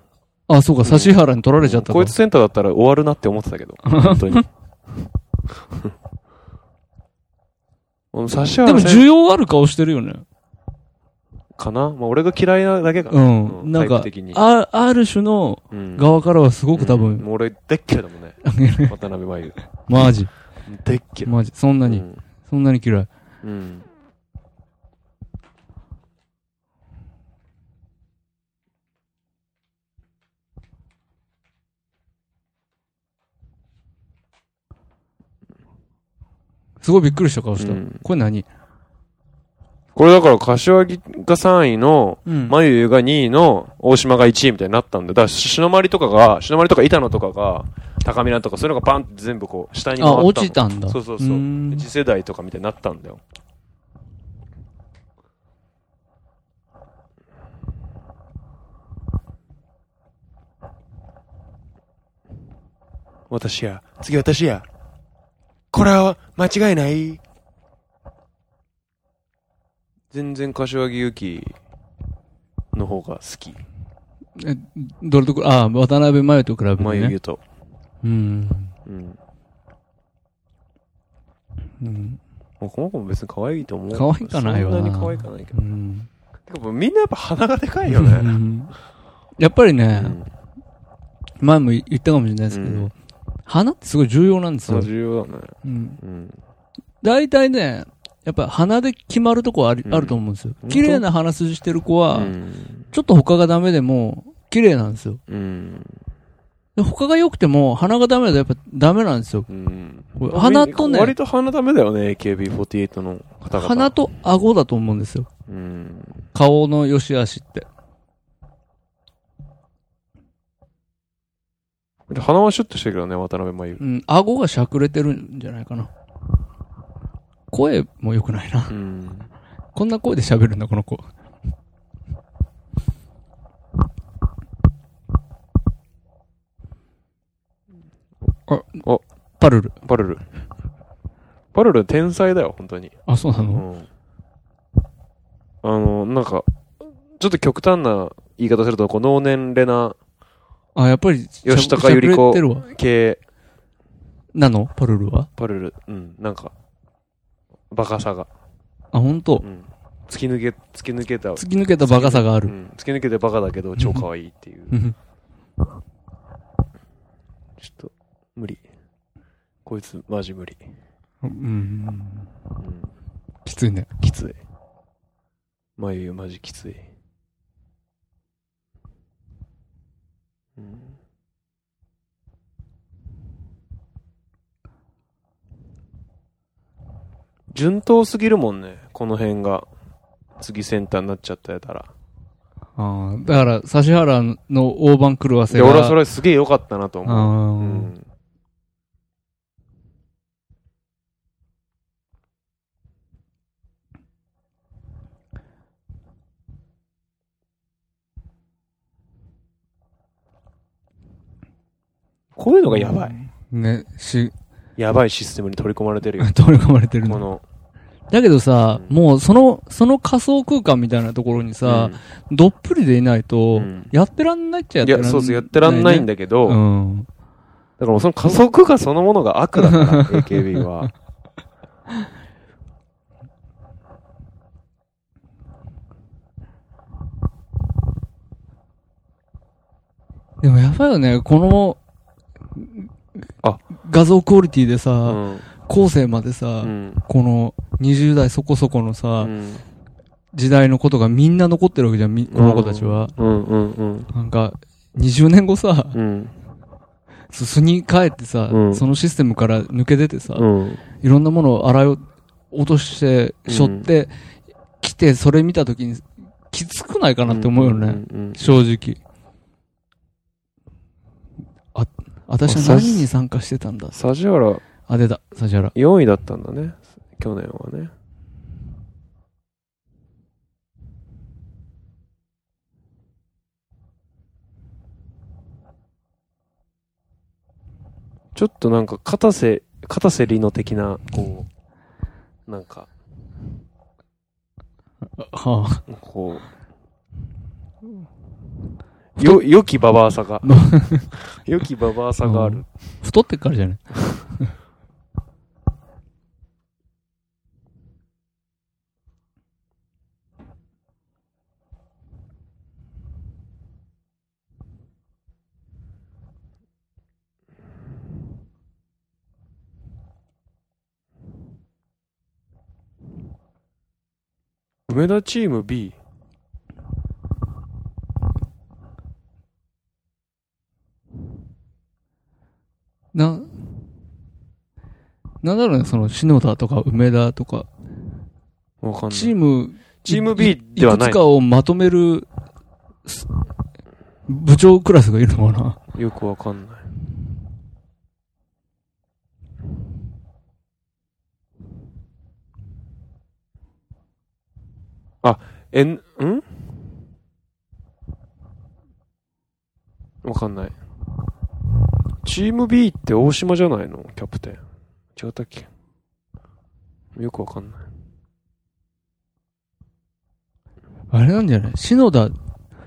あ、そうか、指原に取られちゃったか
こいつセンターだったら終わるなって思ってたけど。本 当に。もう指
で
原
も
選
需要ある顔してるよね。
手かなまあ俺が嫌いなだけか
う
な。
ん。なん
タイ
か
プ的に、
あある種の
うん
側からはすごく多
うん
分、
もう俺、でっけえだもんね。渡辺眉。
マジ、
でっけえ。
マジ、そんなに、
うん
そんなに嫌い。
うん。
すごいびっくりした顔した。
うん
これ何
これだから、柏木が3位の、
うん
まゆゆが2位の、大島が1位みたいになったんで、だから、しのまりとかが、しのまりとか板野とかが、高見菜とか、そういうのがバンって全部こう、下に回っ
あ、
たの
落ちたんだ。
そうそうそう。
ー
で
ん
次世代とかみたいになったんだよ。私や、次私や。これは間違いない。全然柏木由紀の方が好き。
えどれとくあ、渡辺麻友と比べて
まゆ
ね。
ゆと。
うん。
うん。
うん。
もうこの子も別に可愛いと思う。
可愛いかないわ
そんなに可愛いかないけど
う。ん。
てかもうみんなやっぱ鼻がでかいよね。
やっぱりね、
うん
前も言ったかもしれないですけど、
うん
花ってすごい重要なんです
そう
よ。
重要だね。
うん。
うん。
大体ね、やっぱ鼻で決まるとこあり、
うん
あると思うんですよ
当。
綺麗な鼻筋してる子は、
うん
ちょっと他がダメでも、綺麗なんですよ。
うん。
で他が良くても、鼻がダメだとやっぱダメなんですよ。
うん。
これ鼻とね
割と鼻ダメだよね、AKB48 の方々。
鼻と顎だと思うんですよ。
うん。
顔の良し悪しって。
で鼻はシュッとしてるけどね、渡辺真由
う。ん、顎がしゃくれてるんじゃないかな。声も良くないな。
うん。
こんな声で喋るんだ、この子。あ、
お
パルル。
パルル。パルル天才だよ、本当に。
あ、そうな
う
の、
ん。あの、なんか、ちょっと極端な言い方すると、こう、能年齢な
あ、やっぱり、
吉高由里子
しゃくれてるわ
系、
なのパルルは
パルル、うん、なんか、バカさが。
あ、本当
うん。突き抜け、突き抜けた、
突き抜けたバカさがあ
う
る。
ん、突き抜けてバカだけど、超可愛いっていう。ちょっと、無理。こいつ、マジ無理。
うん。
うん、
きついね。
きつい。眉毛マジきつい。うん順当すぎるもんね、この辺が。次センターになっちゃったやたら。
ああ、だから、指原の大盤狂わせ
で、
が。
俺はそれすげえ良かったなと
あ
思う。う
あ、
ん。こういうのがやばい。
ね、し、。
やばいシステムに取り込まれてるよ
取り込まれてる
こ
の。
の。
だけどさ、
うん
もうその、その仮想空間みたいなところにさ、どっぷりでいないと、
うん
やってらんないっちゃ
う
やっ
ん、いや、
てらんない、
そうそう、やってらんないん
だ
だけど、
うん。
だからもうその仮想空間そのものが悪 だから、AKB は。
でもやばいよね、この、
あ
画像クオリティでさ、
うん。
後世までさ、
うん。
この20代そこそこのさ、
うん。
時代のことがみんな残ってるわけじゃん、みこの子たちは。
うん。うん。うん。
なんか、20年後さ、
うん。
す素に帰ってさ、
うん
そのシステムから抜け出てさ、
うん。
いろんなものを洗い落として、しょって、来て、それ見たときに、きつくないかなって思うよね。
ん。うん
正直。あ、私は何に参加してたんだ
指原
あ、出た、指原。
4位だったんだね。去年はね。ちょっとなんか、片瀬、片瀬里乃的な、こう、なんか、
はあ、
こう、よ、良きババアさが。良きババアさがある。
太ってっからじゃない
梅田チーム B。
な、なんだろうね、その、篠田とか梅田とか、
わかんない。
チーム、
チーム
い
B ではいな
く
い
つ。かをまとめる、す部長クラスがいるのかな
よくわかんない。あ、えん、んわかんない。チーム B って大島じゃないのキャプテン。違ったっけよくわかんない。
あれなんじゃない篠田、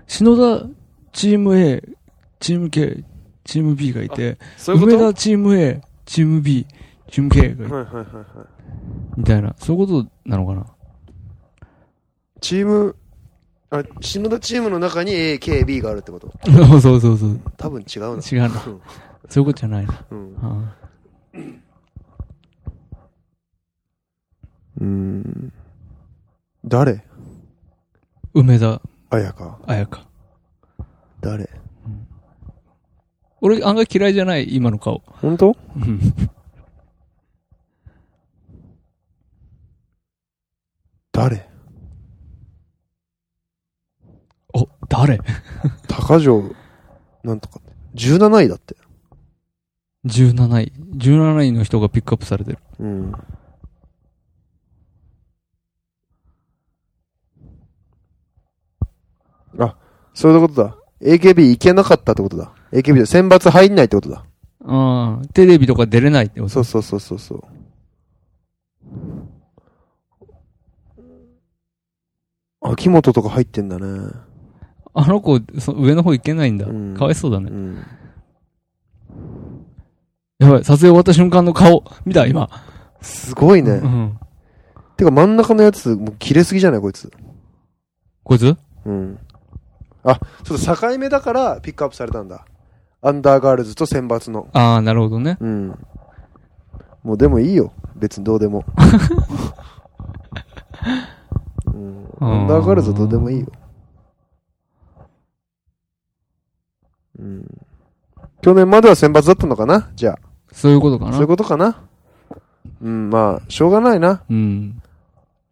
篠田チーム A、チーム K、チーム B がいて、
そういうこと
梅田チーム A、チーム B、チーム K がいて、
はいはいはいはい。
みたいな、そういうことなのかな
チーム、あ、篠田チームの中に A、K、B があるってこと
そうそうそうそう。
多分違うな。
違うな。そういうことじゃないな。
うん。
ああ
うん。誰
梅田
綾香。
彩香。
誰
俺案外嫌いじゃない、今の顔。
本当
誰
お、誰
高城、なんとか。17位だって。
?17 位。17位の人がピックアップされてる。
うん。あ、そういうことだ。AKB 行けなかったってことだ。AKB で選抜入んないってことだ。
ああ、テレビとか出れないってこと
そうそうそうそうそう。秋元とか入ってんだね。
あの子、そ上の方行けないんだ。
うん
かわいそうだね
う。ん。
やばい、撮影終わった瞬間の顔、見た今。
すごいね。
うん。
てか真ん中のやつ、もう切れすぎじゃないこいつ。
こいつ
うん。あ、そうだ、境目だからピックアップされたんだ。アンダーガールズと選抜の。
ああ、なるほどね。
うん。もうでもいいよ。別にどうで も。うん。アンダーガールズはどうでもいいよ。うん。去年までは選抜だったのかなじゃあ。
そういうことかな。
そういうことかなうん、まあ、しょうがないな。
うん。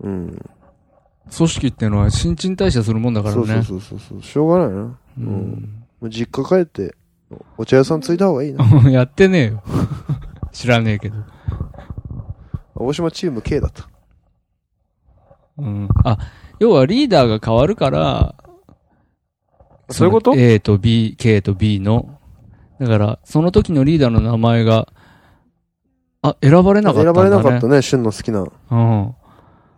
うん。
組織っていうのは新陳代謝するもんだから
そうそう
ね。
そうそうそう。しょうがないな。も
う
うん
ん
う実家帰って、お茶屋さんついた方がいいな。
やってねえよ。 知らねえけど。
大島チーム K だった。
うん。あ、要はリーダーが変わるから、
そういうこと
の ?A と B、K と B の。だから、その時のリーダーの名前が、あ、選ばれなかっ
選
たんだ
ば
ね。
れなかったね、旬の好きな、
うん。
こ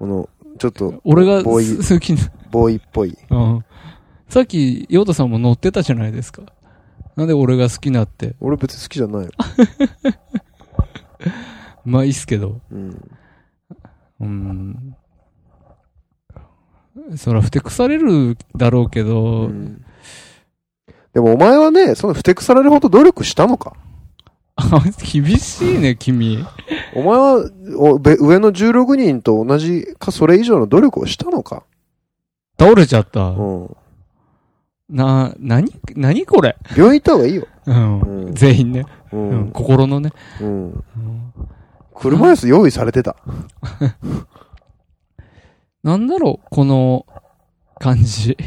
の、ちょっと、
俺が
ボー イ、
好きな、
ボーイっぽい。
うん。さっき、ヨタさんも乗ってたじゃないですか。なんで俺が好きなって。
俺別に好きじゃないよ。
まあいいっすけど。
うん。
うん。そら、ふてくされるだろうけど、
うんでもお前はね、そのふてくされるほど努力したのか。
あ厳しいね、君。
お前はおべ上の16人と同じかそれ以上の努力をしたのか。
倒れちゃった。
うん。
な、なに、なにこれ。
病院行った方がいいよ。
うん。
うん
全員ね、
う
うん
ん。
心のね。
うん。
うん
車椅子用意されてた。
なんだろう、この感じ。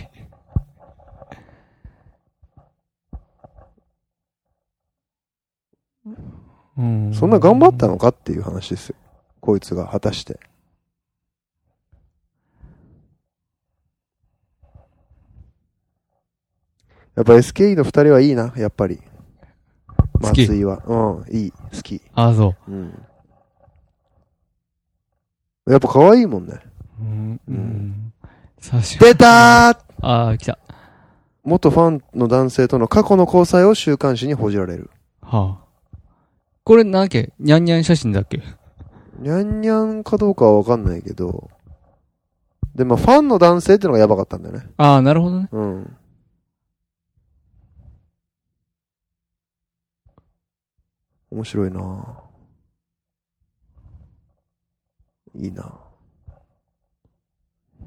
うん
そんな頑張ったのかっていう話ですよ。こいつが果たして。やっぱ SKE の二人はいいな、やっぱり。
好き
松井は。うん、いい、好き。
あ、そう。
うん。やっぱ可愛いもんね。
うん。う
うん
ん、さし
出たー
ああ、来た。
元ファンの男性との過去の交際を週刊誌に報じられる。
はあ。これなんだっけにゃんにゃん写真だっけ
にゃんにゃんかどうかはわかんないけど。で、まあファンの男性ってのがやばかったんだよね。
ああ、なるほどね。
うん。面白いなぁいいなぁ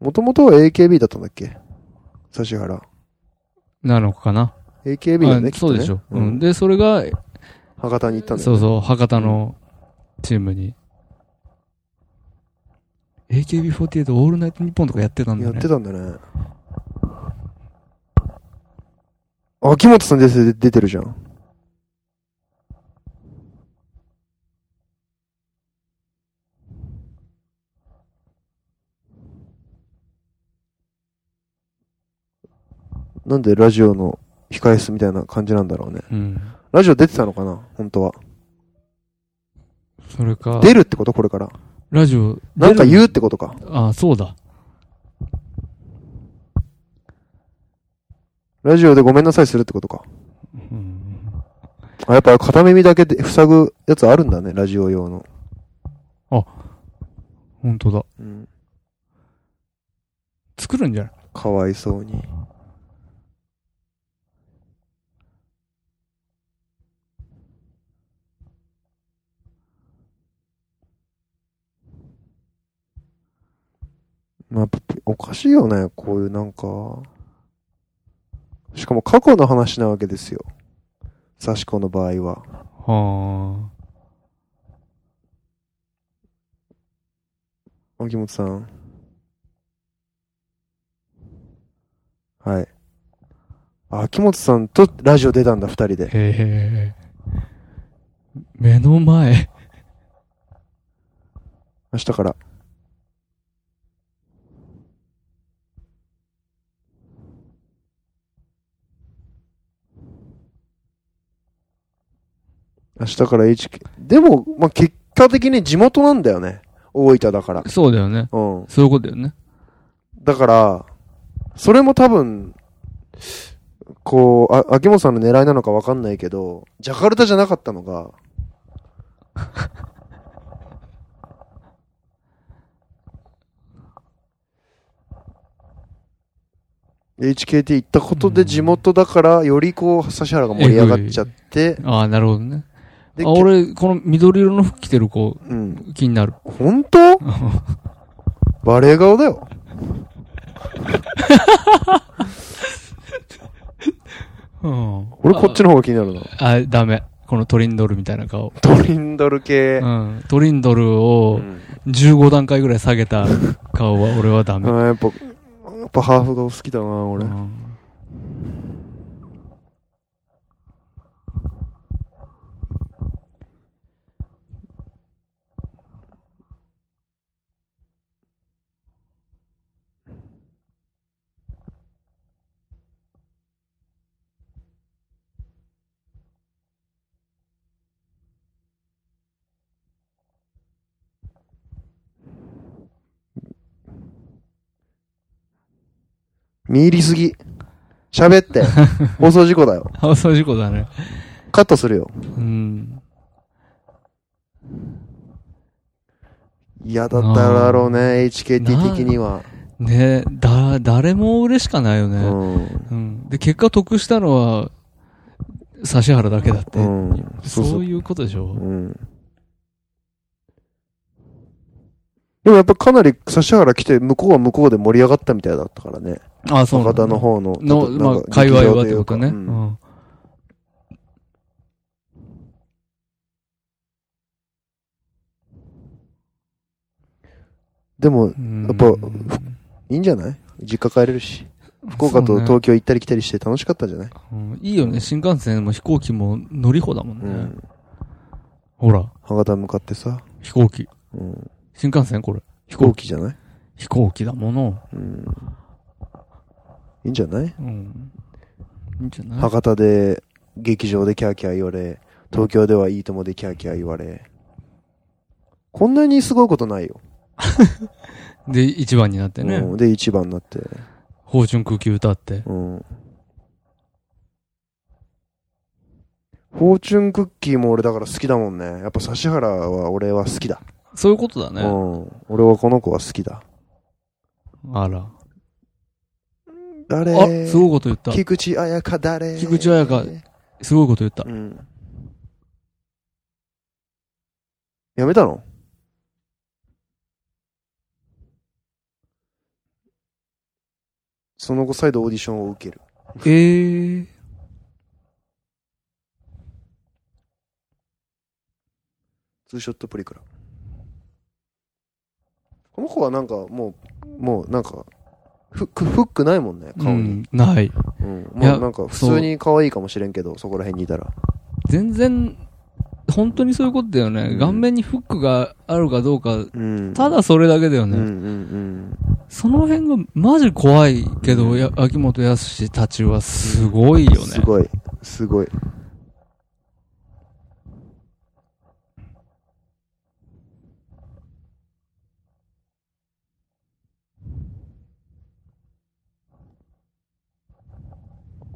もともとは AKB だったんだっけ指原。
なのかな。
AKB だよね、
あ
きっ
そ
と
う
ね。
でしょ。う。
うんん。
で、それが、
博多に行ったんだよ
そ
ね、
うそう、博多のチームに。AKB48 オールナイトニッポンとかやってたん
や
だよ
っ
ね。
てたんだね。秋元さん出て出てるじゃん。なんでラジオの控え室みたいな感じなんだろうね。
うん。
ラジオ出てたのかな本当は。
それか、
出るってことこれから。
ラジオ、
なんか
う
言うってことか。
ああ、そうだ。
ラジオでごめんなさいするってことか。
うん。
あ、やっぱ片耳だけで塞ぐやつあるんだね、ラジオ用の。
本当だ。
うん。
作るんじゃない
かわいそうに。まあ、やっぱおかしいよね、こういうなんか。しかも過去の話なわけですよ。サシコの場合は。
はあ。
秋元さん。はい。あ秋元さんとラジオ出たんだ、二人で。
へえ。目の前。
明日から。明日から HK。でも、まあ、結果的に地元なんだよね。大分だから。
そうだよね。
うん。
そういうことだよね。
だから、それも多分、こう、あ、秋元さんの狙いなのかわかんないけど、ジャカルタじゃなかったのが、HKT 行ったことで地元だから、よりこう、指原が盛り上がっちゃって、
ああ、なるほどね。
で、
あ、俺、この緑色の服着てる子、
うん。
気になる。
本当バレエ顔だよ。
うん。
俺こっちの方が気になるな。
あ、あダメ。このトリンドルみたいな顔。
トリンドル系
う。ん。トリンドルを
うん
15段階ぐらい下げた顔は俺はダ
あ
メ。
ーやっぱ、やっぱハーフが好きだな、
う
俺。
ん
見入りすぎ。喋 って。放送事故だよ。
放送事故だね。
カットするよ。
うん。
嫌だっただろうね、HKT 的には。
ねだ、誰も嬉しかないよ
う
ね。
ん。
うん。で、結果得したのは、指原だけだって。
うん。
そ
そううそう。
いうことでしょ。
うん。でもやっぱかなり指原来て、向こうは向こうで盛り上がったみたいだったからね。
あ、そうな
博
んだ
多の方の。
の、
なん
まあ
か、
界隈は
劇場
というかね。
う
うんん。
でも、
や
やっぱいいんじゃない実家帰れるし。福岡と東京行ったり来たりして楽しかったんじゃない
うんいいよね。新幹線も飛行機も乗り放だもん
う
ね。
ん。
ほら、
博多向かってさ。
飛行機。
うん。
新幹線これ。
飛行機じゃない
飛行機だもの。
うん。いいんじゃない
うん。いいんじゃない
博多で、劇場でキャーキャー言われ、東京ではいいともでキャーキャー言われ。こんなにすごいことないよ。
で、一番になってね。
うん、で、一番になって。
芳醇空気歌って。
うん。フォーチュンクッキーも俺だから好きだもんね。やっぱ指原は俺は好きだ。
そういうことだ
う
ね。
ん。俺はこの子は好きだ。
あら。
誰
あ、すごいこと言った。
菊池彩香誰
菊池彩香すごいこと言った
う。ん。やめたのその後再度オーディションを受ける。
ええ。
ツーショットプリクラ。この子はなんかもう、もうなんか、フック、フックないもんね、
う
顔に。
ん、ない。
うん。
い
も
や
うなんか普通に可愛いかもしれんけど、そこら辺にいたら。
全然、本当にそういうことだよね。
うん
顔面にフックがあるかどうか、
うん。
ただそれだけだよ
うんう
ね。
んうん。
その辺がマジ怖いけど、や秋元康たちはすごいよね。
すごい、すごい。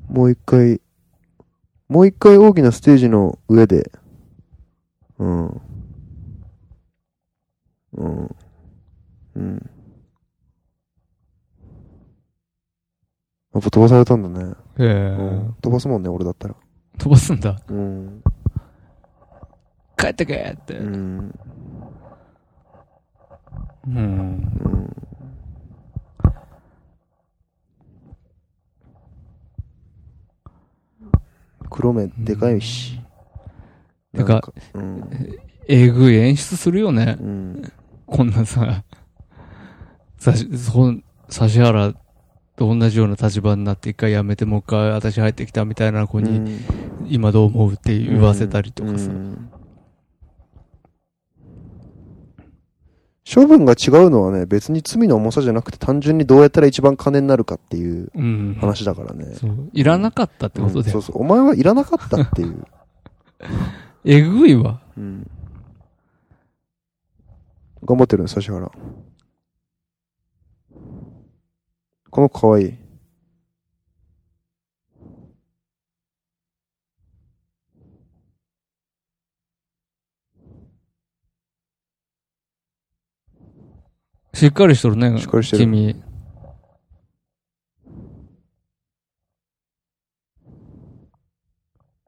もう一回、もう一回大きなステージの上で、うん。うん。うん。やっぱ飛ばされたんだね。
へえ
うん飛ばすもんね、俺だったら。
飛ばすんだ。
うん。
帰ってけって。
う
うん。
ん。黒目でかいし。
なんか、
うん。
えぐい演出するよね。
うん。
こんなさ、さし、そん、指原と同じような立場になって一回やめてもう一回私入ってきたみたいな子
う
に、
ん
今どう思うって言わせたりとかさ。
うん処分が違うのはね、別に罪の重さじゃなくて、単純にどうやったら一番金になるかっていう
うん。
話だからね。
そう。いらなかったってこと
うん
で
そ。うそう。お前はいらなかったっていう。
えぐいわ。
うん。頑張ってるね、指原。この子かわいい。
しっかりしとるね。
しっかりしてる
君。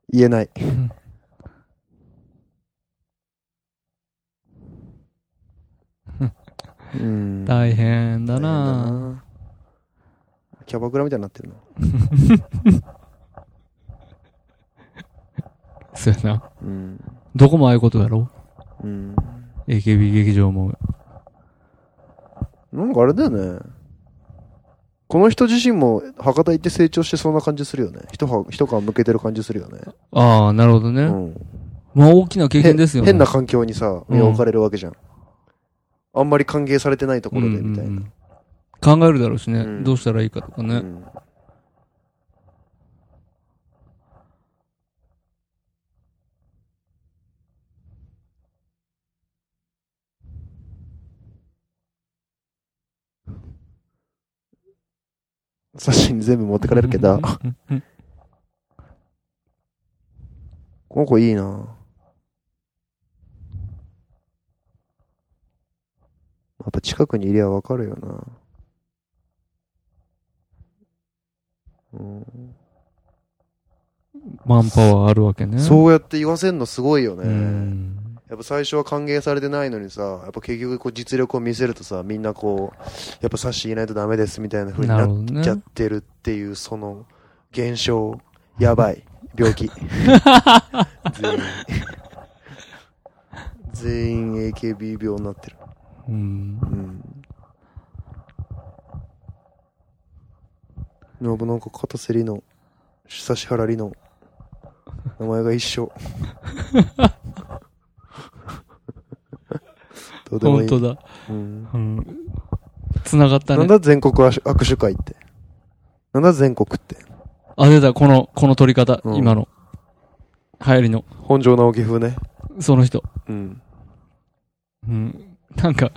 言えない。うん。
大変だ
大変だ
な
なキャバクラみたいになってるな。
ぁそうやな。
うん。
どこもああいうことだろ
うん。
?AKB 劇場も。
なんかあれだよね。この人自身も博多行って成長してそんな感じするよね。一歯一皮向けてる感じするよね。
ああ、なるほどね。
うん。
まあ大きな経験ですよ
へ
ね。
変な環境にさ、身を置かれるわけじゃん。あんまり歓迎されてないところで、みたいな。
うんうん考えるだろうしね、
うん
どうしたらいいかとかね。
うんサッシに全部持ってかれるけど、
うん
この子いいなやっぱ近くにいりゃわかるよな。うん
マンパワーあるわけね。
そうやって言わせんのすごいよね。
うん
やっぱ最初は歓迎されてないのにさ、やっぱ結局こう実力を見せるとさ、みんなこう、やっぱサッシいないとダメですみたいな風に
な
な
るほ
っ
ど
ちゃ
ね
っ。てるっていう、その現象、やばい。病 気。全員。全員 AKB 病になってる。
うん
うん。でもなんか片瀬里の、久し原里の、名前が一 緒。どうでもい
本
い。
当だ。
うん
うん。繋がった
なん
ね。
だ全国握手握手会って。なんだ全国って。
あ、出た、この、この撮り方、
うん
今の。流行りの、
本庄直樹風ね。
その人。
うん。
うん。なんか、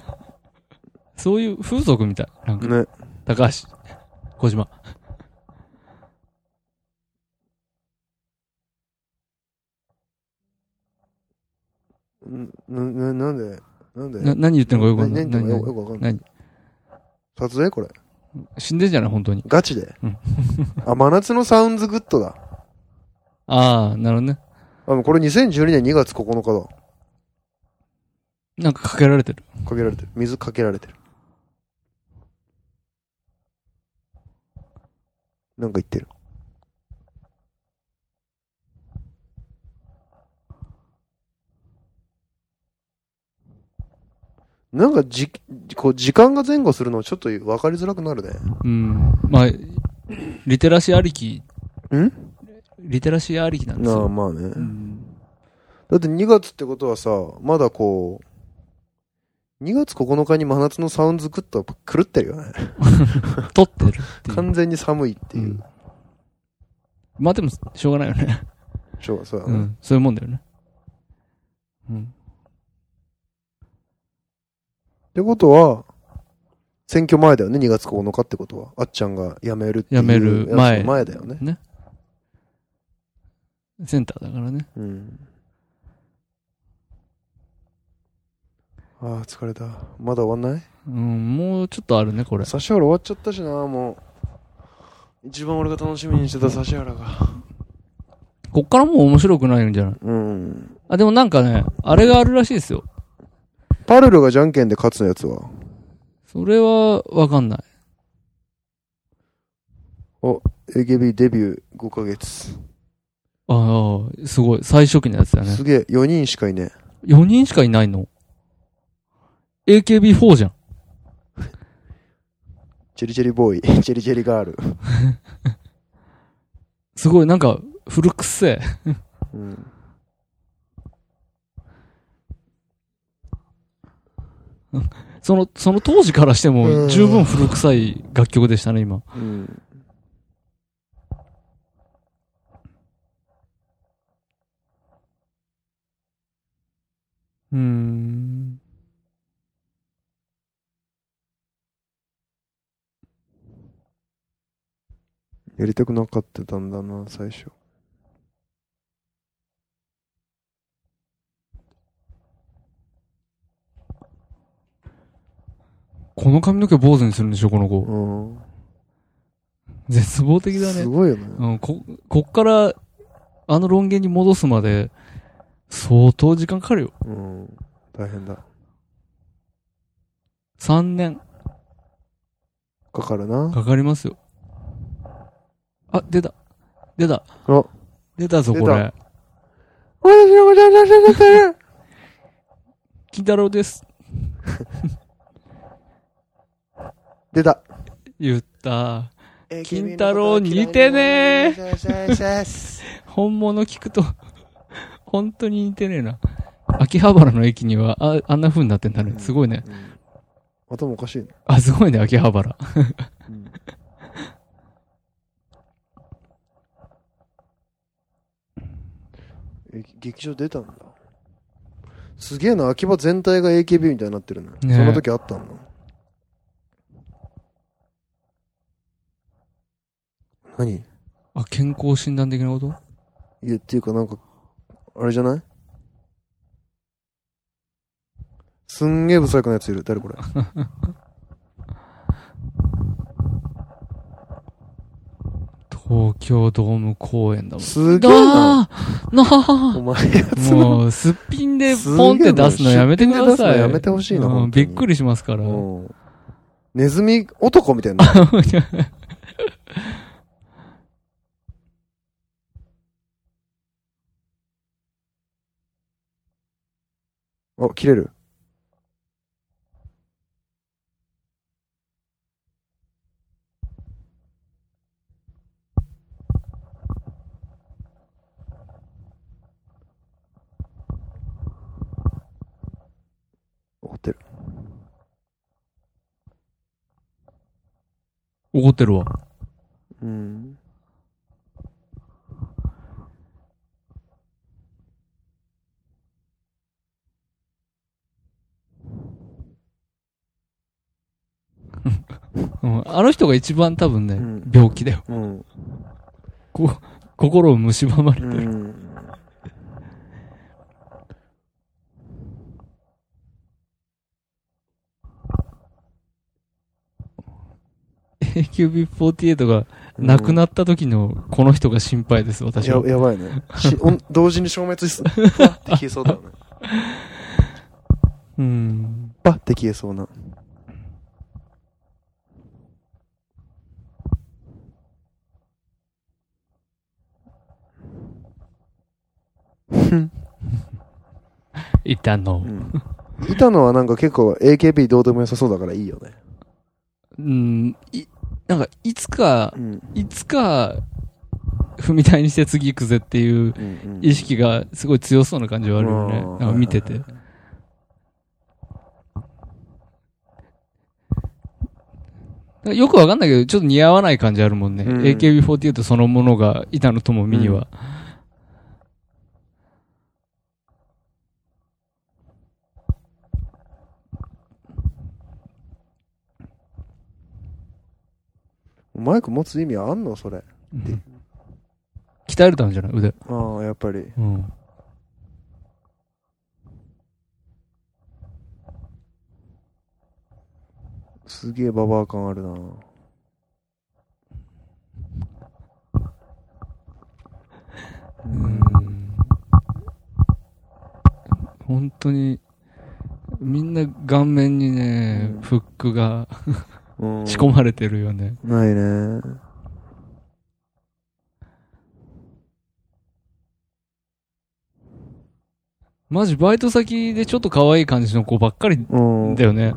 そういう風俗みたい。なんか、
ね。
高橋、小島。
んな、な、なんで、なんで
な、何言ってんのかよくわかんな。
ない何言ってんのかよく
何
わかんない
何。
撮影これ。
死んでんじゃない本当に。
ガチで
うん。
あ、真夏のサウンズグッドだ。
ああ、なるほどね。
あ、もうこれ2012年2月9日だ。
なんかかけられてる。
かけられてる。水かけられてる。なんか言ってる。なんかじ、こう、時間が前後するのちょっと分かりづらくなるね。
うん。まあ、リテラシーありき、
ん
リテラシーありきなんです
なあ、
よ。
まあね
う。ん
だって2月ってことはさ、まだこう、2月9日に真夏のサウンズグッドはやっぱ狂ってるよね。
撮ってるっていう。
完全に寒いっていう。
うんまあでも、しょうがないよね。
そうそうだ
う
ね、
ん。そういうもんだよね。うん。
ってことは、選挙前だよね、2月9日ってことは。あっちゃんが辞めるっていう。
辞める前
前だよね。
センターだからね。
うん。ああ、疲れた。まだ終わんない
うん、もうちょっとあるね、これ。
指原終わっちゃったしな、もう。一番俺が楽しみにしてた指原が。
こっからもう面白くないんじゃない
うん。
あ、でもなんかね、あれがあるらしいですよ。
パルルがじゃんけんで勝つやつは。
それは、わかんない。
AKB デビュー5ヶ月。
ああ、すごい。最初期のやつだね
す。げえ、4人しかいね
4人しかいないの ?AKB4 じゃん。
え。チェリチェリボーイ、チェリチェリガール。
すごい、なんか、古くせえ。
うん。
その、その当時からして
う
も、
ん
十分古臭い楽曲でしたね、今。
うん。
うーん。
やりたくなかってたんだな、最初。
この髪の毛坊主にするんでしょ、この子。
うん。
絶望的だね
す。ごいよね。
うん、こ、こっから、あの論言に戻すまで、相当時間かかるよ。
うん。大変だ。
3年
かかるな。
かかりますよ。あ、出た。出た
あ。
出たぞ、
出た
これ。
あ私のことは何だったの
金太郎です。
出た。
言った。金太郎似てね本物聞くと、 本当に似てねえな。秋葉原の駅には、あ、あんな風になってんだね。すごいね。
頭おかしいね。
あ、すごいね、秋葉原。
え劇場出たんだ。すげえな、秋葉全体が AKB みたいになってるね。
ねえ
その時あったんだ。何
あ、健康診断的なこと
いや、っていうかなんか、あれじゃないすんげえブサイクなやついる。誰これ。
東京ドーム公演だもん。
すげえな。
なあな
お
あ
前やつ
もう、すっぴんでポンって出すのやめてくだ
すげえな出すの
さい。
やめてほしいな
うん
本当
び
に
っくりしますから。
うんネズミ男みたいな。あ、切れる。怒ってる。
怒ってるわ。
うん。
うんあの人が一番多分ね、
うん
病気だよ。
うん。
こ心を蝕まれてる。
うん。
AQB48 が亡くなった時のこの人が心配です、私は
や。やばいね。しおん同時に消滅しそう。ふわって消えそうだよね。
うん。
パッて消えそうな。
いたの
う。ん。いたのはなんか結構 AKB どうでも良さそうだからいいよね。
うん。い、なんか、いつか
う、ん。
いつか、踏み台にして次行くぜっていう
うんうん
意識がすごい強そうな感じはあるよね。
うん
なんか見てて。なんかよくわかんないけど、ちょっと似合わない感じあるもんね。
うん
AKB48 そのものが、板野友美には。
マイク持つ意味あんのそれ。
うん鍛えれたんじゃない腕。
ああ、やっぱり。
うん。
すげえババア感あるな。
本当に、みんな顔面にね
うん、
フックが
うん。
仕込まれてるよね。
ないね。
マジバイト先でちょっと可愛い感じの子ばっかり
うん。
だよね。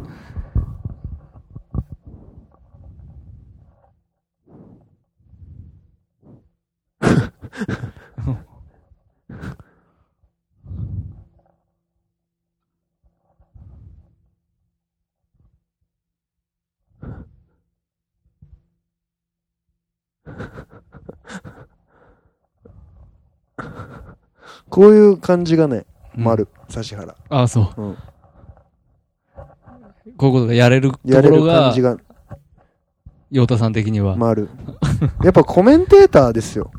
こういう感じがね、
うん。
丸、指原。
ああ、そう。
うん。
こういうことがやれると
や
こ
れ
ろ
る感
が
じ、が
ヨ太さん的には。
丸。やっぱコメンテーターですよ。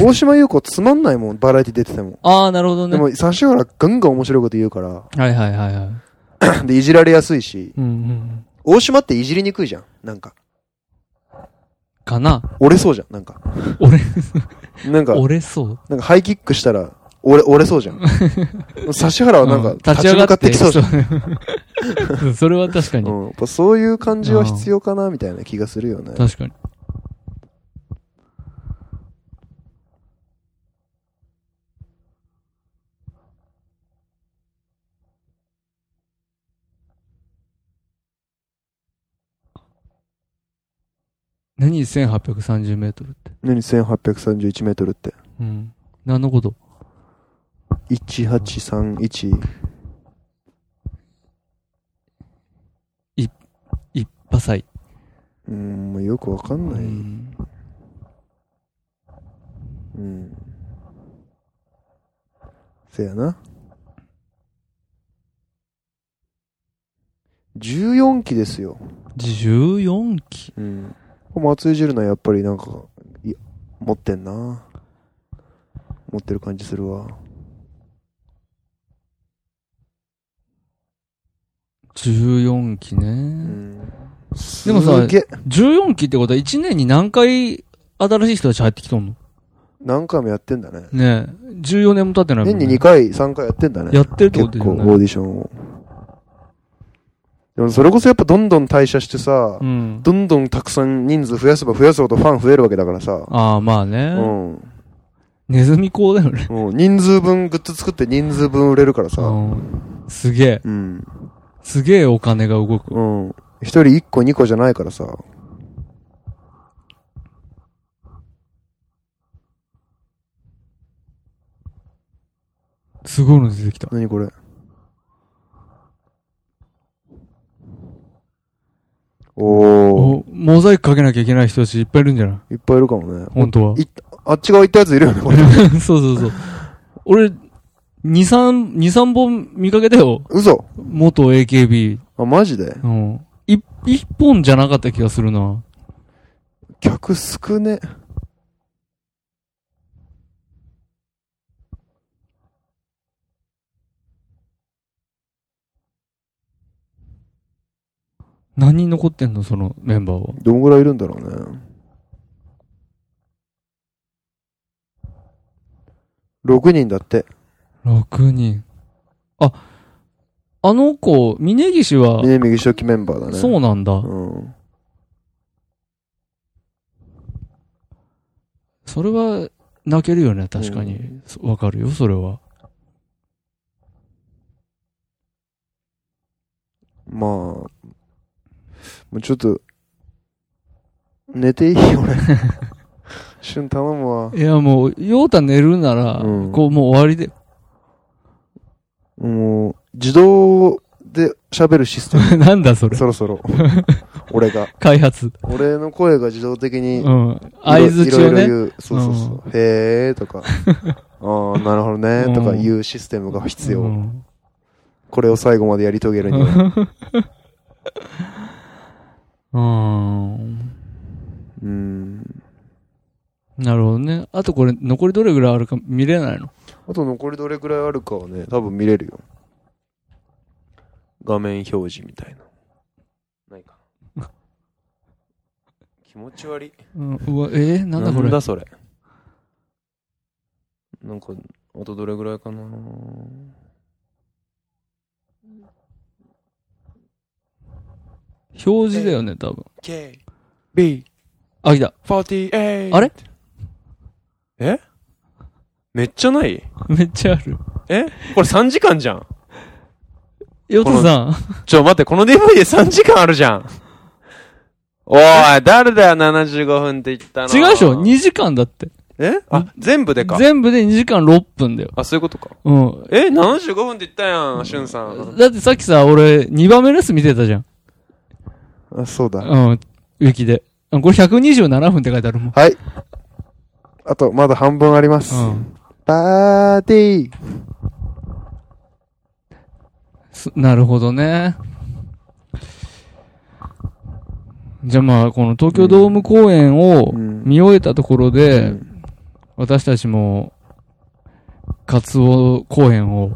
大島優子つまんないもん、バラエティ出てても。
ああ、なるほど
で
ね。
も、指原ガンガン面白いこと言うから、
はいはいはいはい。
で、いじられやすいし、
うんうん。
大島っていじりにくいじゃん。なんか、
かな。
折れそうじゃん。なんか、
俺、
なんか、
俺そう。
なんかハイキックしたら、折れ、折れそう じゃん。指原はなん
う
か、立ち上がってきそうじゃん。
そうそれは確かに。
うん、やっぱそういう感じは必要かな、みたいな気がするよね。
確かに。何1830メートルって。
何1831メートルって。
うん。何のこと
1831。
一波祭。
うーん、もうよくわかん
う
ない。
ん。
うん。せやな。14期ですよ。
14期。
うん。松井ジェルナやっぱりなんか、い持ってんな。持ってる感じするわ。
14期
う
ね。
ん。
でもさ
すげえ
14期ってことは1年に何回新しい人たち入ってきとんの
何回もやってんだね。
ねえ。14年も経ってないもん、
年
ね。
に2回、3回やってんだね。
やってるってこ
結
とだ
構
よ
オ
ね。
ーディションを。でもそれこそやっぱどんどん退社してさ、
うん。
どんどんたくさん人数増やせば増やすほどファン増えるわけだからさ。
ああ、まあね
う。ん。
ネズミ講だよね。
うん人数分グッズ作って人数分売れるから
う
さ。
ん。すげえ。
うん。
すげえお金が動く。
うん。一人一個二個じゃないからさ。
すごいの出てきた。
何これ。おー。
おモザイクかけなきゃいけない人たちいっぱいいるんじゃない
いっぱいいるかもね。
本当は。
いあっち側行ったやついるよね、これ。
そうそうそう。俺、二三、二三本見かけたよ。
嘘。
元 AKB。
あ、マジで。
うん。一、一本じゃなかった気がするな。
客少ね。
何人残ってんのそのメンバーは。
どんぐらいいるんだろうね。6人だって。
6人。あ、あの子、峯岸は、
ね右初期メンバーだね。
そうなんだ。
うん。
それは、泣けるよね、確か
う
に。そわかるよ、それは。
まあ、もうちょっと、寝ていい 俺。旬頼むわ。
いや、もう、ヨータ寝るなら、
うん
こう、もう終わりで。
もう、自動で喋るシステ ム。
なんだ、それ。
そろそろ。俺が。
開発。
俺の声が自動的
う
に、い
ん。
ろ
合図
いろ
中
いろ
ね。
言う。そうそうそう。へーと か。ああ、なるほどね。とかいうシステムが必
う
要。
ん
これを最後までやり遂げるには。
うーん。
うん。
なるほどね。あとこれ、残りどれぐらいあるか見れないの
あと残りどれくらいあるかはね、多分見れるよ。画面表示みたいな。
ないか な気持ち悪い
うん、うわ、えー、なんだこれ。
なんだそれなんかあとどれぐらいかな
表示だよね、多分。
KB48
あ、来た。 あれ
えめっちゃない
めっちゃある。
えこれ3時間じゃん
ヨタさん。
ちょ待ってこの DVD3 時間あるじゃんおい誰だよ75分って言ったの
違うでしょ ?2 時間だって。
えあ全部でか
全部で2時間6分だよ。
あそういうことか
うん。
え75分って言ったやんしゅんさん
だってさっきさ、俺、2番目のやつ見てたじゃん。
あ、そうだ。
うん。ウィキで。うんこれ127分って書いてあるもん。
はい。あと、まだ半分あります。
うん
パーティー。
す。なるほどね。じゃあまあ、この東京ドーム公演を
うん
見終えたところ
う
で、
ん
私たちも、カツオ公演を、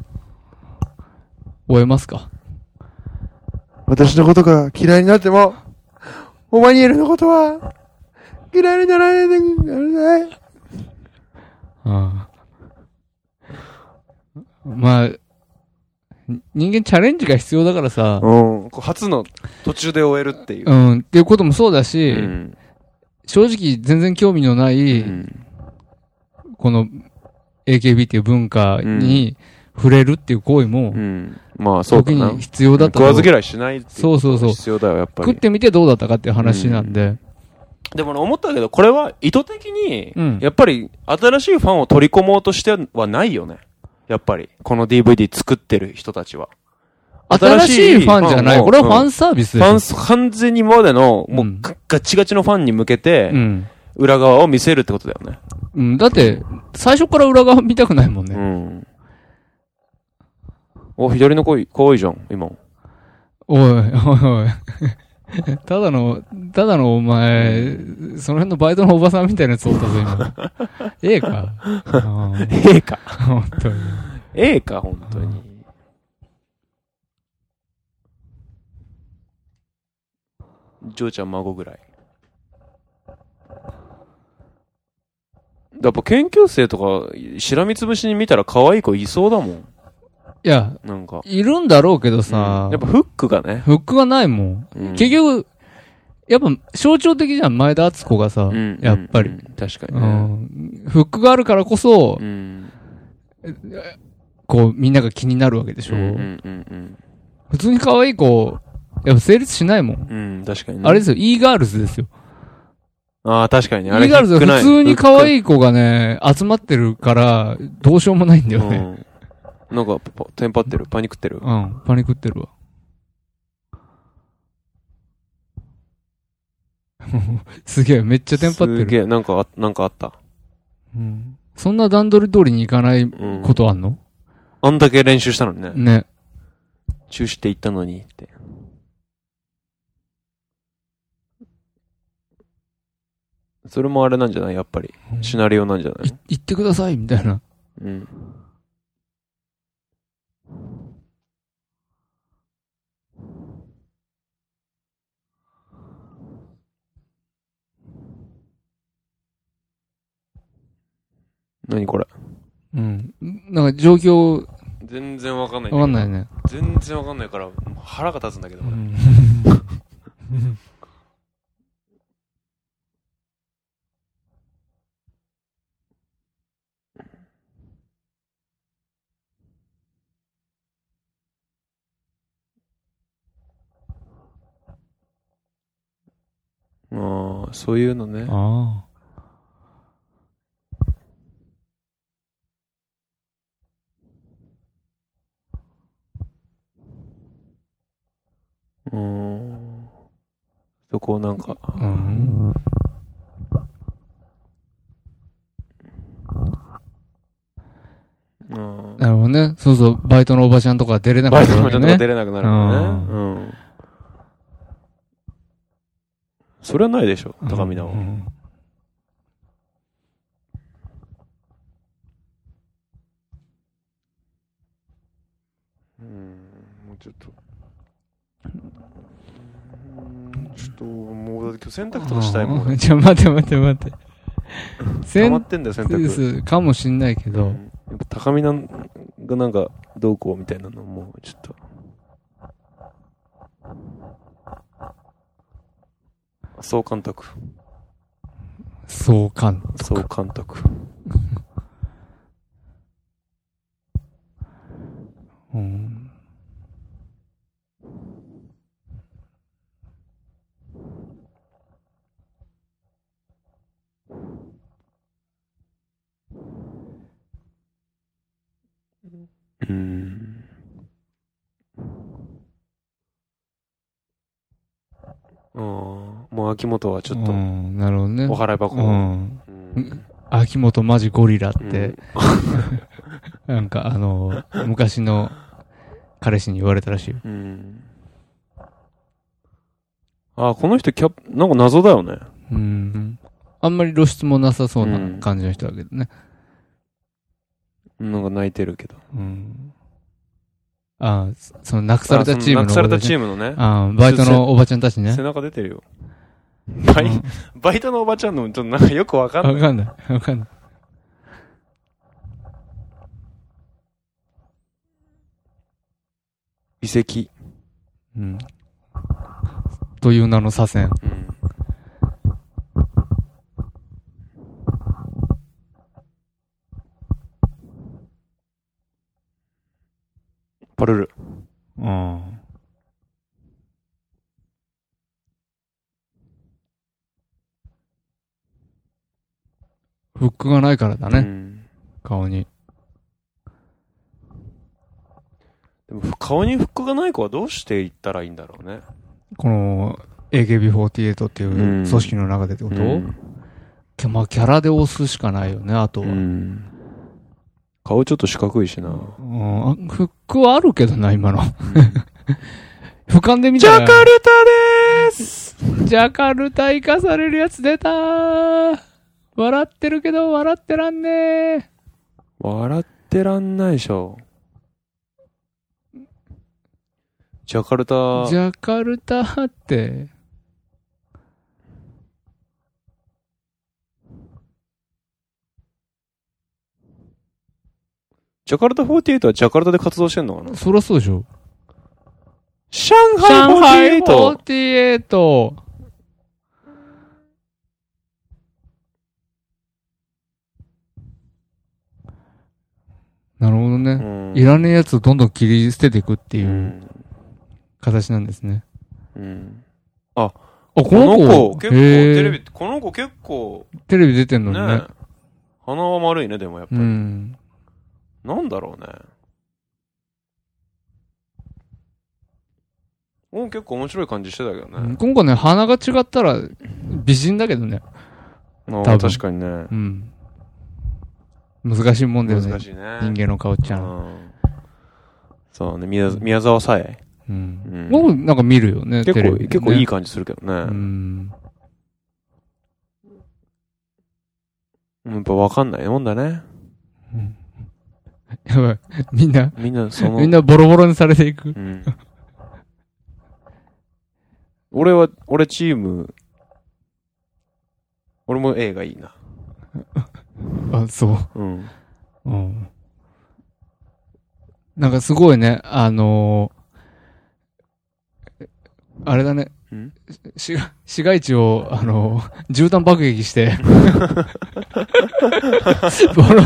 終えますか。
私のことが嫌いになっても、オマニエルのことは、嫌いにならないでください。
ああまあ、に人間チャレンジが必要だからさ、
うん。
こう初の途中で終えるっていう
う。ん、っていうこともそうだし、
うん
正直全然興味のない、
うん
この AKB っていう文化に触れるっていう行為も、
うんまあそうだ
時
な
に。必要だと
食
思
わ
う。
ず嫌いしないってい
そうそうそう。
必要だよ、やっぱ
食っ
り。
てみてどうだったかっていう話なんで、
でもね、思ったけど、これは意図的に
うん、
やっぱり新しいファンを取り込もうとしてはないよね。やっぱり、この DVD 作ってる人たちは。
新しいファンじゃない。
を
これはファ
うん
ンサービ
フ
スですよ。
ァン、完全に今までの、もう
う
んガガチガチのファンに向けて、
うん。
裏側を見せるってことだよね。
うん。だって、最初から裏側見たくないもんね。
うん。お、左の声、可愛いじゃん、 今。
おい、おい、おい。 ただの、ただのお前、その辺のバイトのおばさんみたいなやつおったぞ、今。ええか。あー
ええか。
本当に。
ええか、本当に。ジョーちゃん孫ぐらい。やっぱ研究生とか、しらみつぶしに見たら可愛い子いそうだもん。
いや、
なんか。
いるんだろうけどさ、
うんやっぱフックがね。
フックがないもん。
うん
結局、やっぱ象徴的じゃん、前田敦子がさ、
うん
やっぱり
うん、確か
う
にね。
ん。フックがあるからこそ
う、ん。
こう、みんなが気になるわけでしょ。
うんうんうん
普通に可愛い子、やっぱ成立しないもん。
うん。うん、確かにね。
あれですよ、e ガールズですよ。
ああ、確かにね。あれ
e ガールズは
低くな
普通に可
い
愛い子がね、集まってるから、どうしようもないんだよね。
うんなんか、パテンパってる。パニックってる
う。ん、パニクってるわ。 すげえ、めっちゃテンパって
すげ
る。
え、なんかあ、なんかあった。
うん、そんな段取り通りに行かない
うん。
ことあんの、
あんだけ練習したのにね。
ね。
中止って言ったのにって。それもあれなんじゃないやっぱり。シナリオなんじゃない
い行ってください、みたいな。
うん。何これ
うん。なんか状況、
全然わかんない
わかんないね。
全然わかんないから腹が立つんだけど、
う
俺
ん
ああそういうのね
あ
うーんそこをなんか
あ。うん。
うん
なるほどね。そうそう、バイトのおばちゃんとか出れなか
バ
っ
イト
た
の
わ
人
け
とか
ね。
出れなくなるからねうんそれはないでしょ高見直、
うん
もうちょっと。ちょっと、もう、今日洗濯とかしたいもん。
うんじゃあ待って待って待って。
溜
セ
ま
ン
ってんだよ洗
セン
濯
スかもしんないけ
う
ど、
んやっぱ高見なんがなんかどうこうみたいなのもちょっと総監督
そうかん。
総監督
うん
うんうんもう秋元はちょっ
う
と
んなるほどね。
お払いう箱を
ん。
うん
秋元マジゴリラっ
う
て
ん、
なんかあの、昔の彼氏に言われたらしいよ。
うん。あ、この人キャプ、なんか謎だよね。
うん。あんまり露出もなさそう
う
なん感じの人だけどね。
なんか泣いてるけど。
うん。あそその、なくされたチームの。
あそのなくされたチームのね。
あバイトのおばちゃんたちね
背。中出てるよ。バイ、
うん
バイトのおばちゃんの、ちょっとなんかよくわかんない。
わかんない。わかんない。
遺跡。
うん。という名の左遷。
うん。パルル。
うん。クがないからだね、
うん
顔に。
でも顔にフックがない子はどうしていったらいいんだろうね。
この AKB48 っていう組織の中でってこと、きゃまあキャラで押すしかないよね、あと
う
は。
ん顔ちょっと四角いしな。
うんあフックはあるけどな、今の。 俯瞰で見たら。ジャカルタでーすジャカルタ行かされるやつ出たー笑ってるけど笑ってらんねー。
笑ってらんないでしょ。ジャカルタ、
ジャカルタって。
ジャカルタ48はジャカルタで活動してんのかな
そりゃそうでしょ。
上
上
海
海
48
48。なるほどね。
うん
いらねえやつをどんどん切り捨てていくっていううん形なんですね。
うん
あ、こ
この
の
子、
子
結構
へえ
テレビ、この子結構
テレビ出てんの
ね、
にね。
鼻は丸いね、でもやっぱ
う
り。
ん。
なんだろうね。お結構面白い感じしてたけどね。
今回ね、鼻が違ったら美人だけどね。
あ
多分
あ確かにね。
うん。難しいもんだよね。
難しいね。
人間の顔っちゃん。
うんそうね、宮宮沢さえ。
うん
う。ん
僕なんか見るよね、
結
テレ
構、
ビでね
結構いい感じするけどね。
うん。
やっぱわかんないもんだね。
やばい。みんな、
みんな、その。
みんなボロボロにされてい
う
く。
ん。俺は、俺チーム、俺も A がいいな。
あ、そ
うん。
う。うん。なんかすごいね、あのーあれだね
ん。
し、市街地を、あの ー、絨毯爆 撃して、ボロ、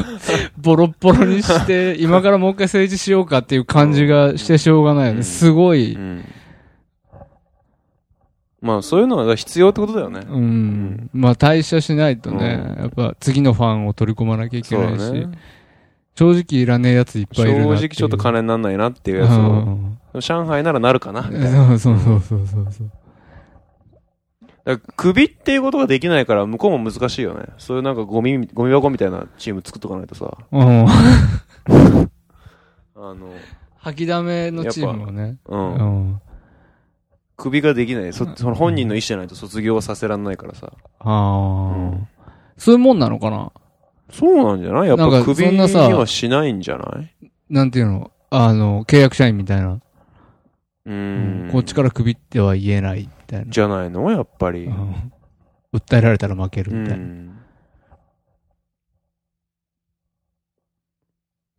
ボロッボロにして、今からもう一回政治しようかっていう感じがしてしょうがないよ
う
ね。
ん
すごい、
うん。まあ、そういうのは必要ってことだよね。
うん。まあ、退社しないとね
う、ん
やっぱ次のファンを取り込まなきゃいけ
そう
な
だ
いし、
ね。
正直いらねえやついっぱ
正
いいるなってい
直
う。
ちょっと金になんないなっていう
う
やつを。
ん
上海ならなるかな。みたいな
そうそうそうそうそうそう。
だから首っていうことができないから向こうも難しいよね。そういうなんかゴミ、ゴミ箱みたいなチーム作っとかないとさ。
うん。
あの、
吐きだめのチームをね。う
うん。
ん。
首ができない。そその本人の意思じゃないと卒業はさせられないからさ。う
ああ
ん。
そういうもんなのかな
そうなんじゃないやっ
なん
ぱ
か
首
そん
に
なさ
はしないんじゃない
なんていうのあの、契約社員みたいな。
うーん。
こっちから首っては言えないみたいな。
じゃないのやっぱり
う。ん訴えられたら負ける
う
みたいな。
ん。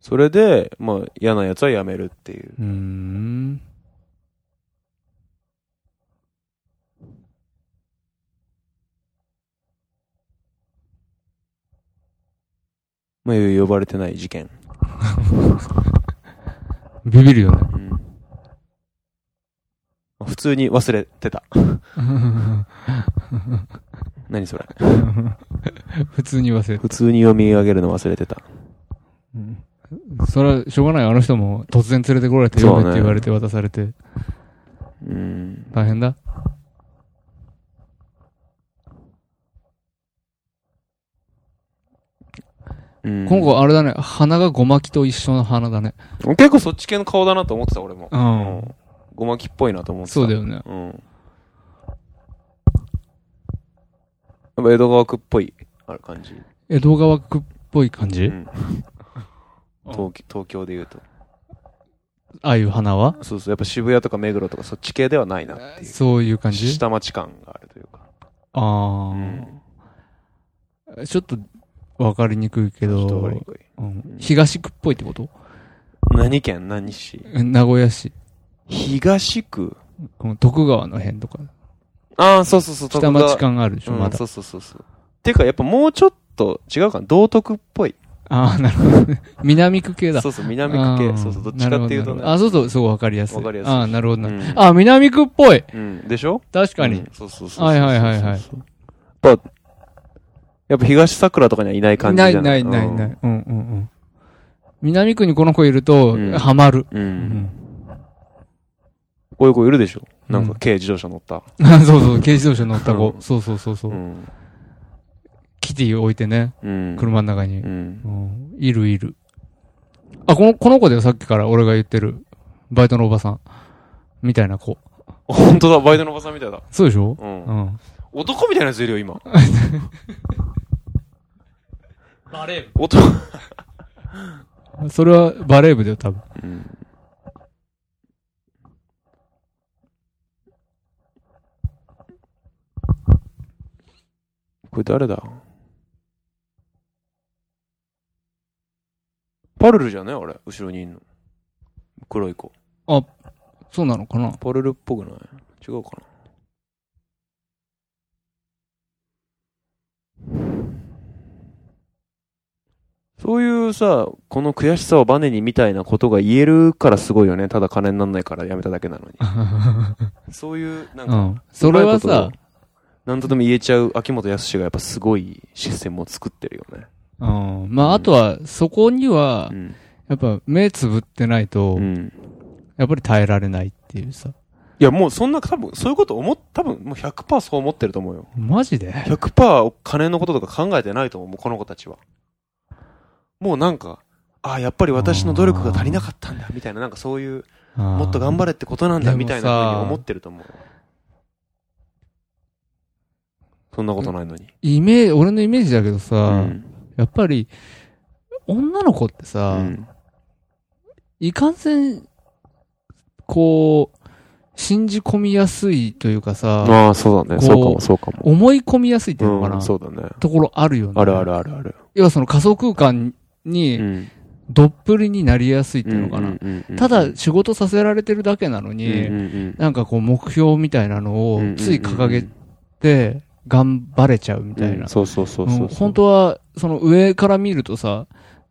それで、まあ嫌な奴はやめるっていう。
うーん。
まあ呼ばれてない事件。
ビビるよね。
うんあ普通に忘れて た。何それ。
普通に忘れ
普通に読み上げるの忘れてた。
それはしょうがない。あの人も突然連れてこられて、読めって言われて渡されて、
うん。
大変だ。
うん
今後あれだね、鼻がゴマキと一緒の鼻だね。
結構そっち系の顔だなと思ってた、俺も。
うん
うん。ごまきっぽいなと思ってた。
そうだよね。
うん。やっぱ江戸川区っぽい、ある感じ。
江戸川区っぽい感
う
じ
ん。東京東京で言うと。
ああいう鼻は
そうそう、やっぱ渋谷とか目黒とかそっち系ではないなっていう。
そういう感じ
下町感があるというか。
あ
うん。
あ、ちょっとわかりにくいけ
ちょ
ど
っと、悪い声
うん東区っぽいってこと
何県何市
名古屋市、
東区
この徳川の辺とか、
ああ、そうそうそう、
下
徳
町
川
感あるでしょ、
うん
まだ
そ。うそうそうそう。てか、やっぱもうちょっと違うかな。道徳っぽい。
ああ、なるほどね。南区系だ。
そうそう、南区
あー
系。そうそう、どっちかっていうと
なるほどなるほ
ね。
どあ、そうそう、そうわかりやすい。
わかりやすい
あーなるほどな。
うん
あ、南区っぽい
うん。でしょ
確かに。
うんそうそうそうそう。
はいはいはいはい
そうそうそうやっぱ、やっぱ東桜とかにはいない感じじ
な
ゃ
い
な
ないいないない。うんうんうん。南区にこの子いると
うん、
ハマる。
う。
うんん
こういう子いるでしょなんか
うん
軽自動車乗った。
そうそう、軽自動車乗った子
う。ん
そうそうそうそうう。
ん。
キティ置いてね、
うん。
車の中に
う。ん。
うんいるいる。あ、この、この子だよ、さっきから俺が言ってる。バイトのおばさん。みたいな子。
本当だ、バイトのおばさんみたいだ。
そうでしょ
うん
う。ん。
男みたいなやついるよ、今。
バレー
男。
部。それはバレー部だよ、多分。
うん。これ誰だパルルじゃない俺、後ろにいんの。黒い子。
そうなのか な
パルルっぽくない違うかなそういうさ、この悔しさをバネにみたいなことが言えるからすごいよね。ただ金になんないからやめただけなのに。そういう、なん
う
か、
ん。それはさ、
なんとでも言えちゃう秋元康がやっぱすごいシステムを作ってるよね。
うん。まあ、あとは、そこには
う、ん。
やっぱ目つぶってないと
う、ん。
やっぱり耐えられないっていうさ。
いやもうそんな、多分そういうこと思っ、多分もう100%そう思ってると思うよ。
マジで
100%お金のこととか考えてないと思うもう、この子たちは。もうなんか、ああ、やっぱり私の努力が足りなかったんだ、みたいな、なんかそういう、も
も
っと頑張れってことなんだ、
でもさ
みたいなふうに思ってると思う。そんなことないのに。
イメージ、俺のイメージだけど
う
さ、
ん。
やっぱり、女の子って
う
さ、
ん
いかんせん、こう、信じ込みやすいというかさ、
ああ、そうだね。
こう
そうかも、そうかも。
思い込みやすいっていうのかな、
うんそうだね。
ところあるよね。
あるあるあるある。
要はその仮想空間に
ん。
どっぷりになりやすいっていうのかな。
な
ただ仕事させられてるだけなのに、なんかこう目標みたいなのをつい掲げて頑張れちゃうみたいな。
そうそうそうそうう。
ん本当は、その上から見るとさ、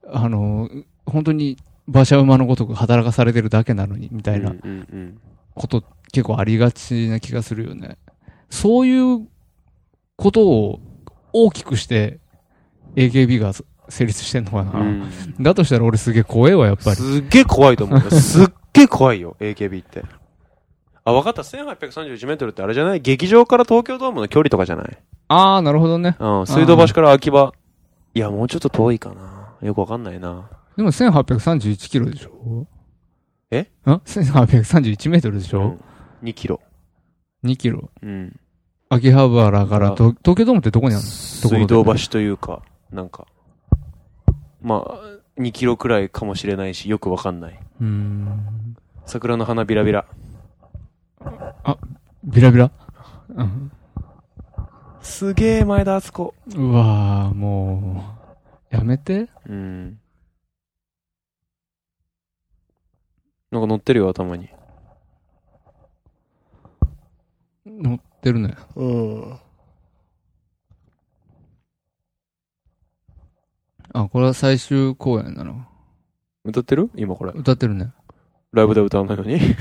あの、本当に馬車馬のごとく働かされてるだけなのに、みたいな
うんうんうん
こと結構ありがちな気がするよね。そういうことを大きくして AKB が成立してんのかな。
うん
だとしたら俺すげえ怖えわ、やっぱり。
すっげえ怖いと思う よ。すっげえ怖いよ、AKB って。あ、わかった。1831メートルってあれじゃない劇場から東京ドームの距離とかじゃない
あー、なるほどね。
うん。水道橋から秋葉。いや、もうちょっと遠いかな。よくわかんないな。
でも1831キロでしょ
え
ん ?1831 メートルでし
う
ょ、
ん ?2 キロ。
?2 キロ。
うん。
秋葉原からと東京ドームってどこにあるのところ
水
だよ
道
ね
橋というか、なんか。まあ、2キロくらいかもしれないし、よくわかんない。
うーん。
桜の花ビラビラ。
ビラビラうん。
すげえ前田敦子。
うわー、もう、やめて。
うん。なんか乗ってるよ、頭に。
乗ってるね。
うん。
あ、これは最終公演だな。
歌ってる今これ。
歌ってるね。
ライブで歌わないのに。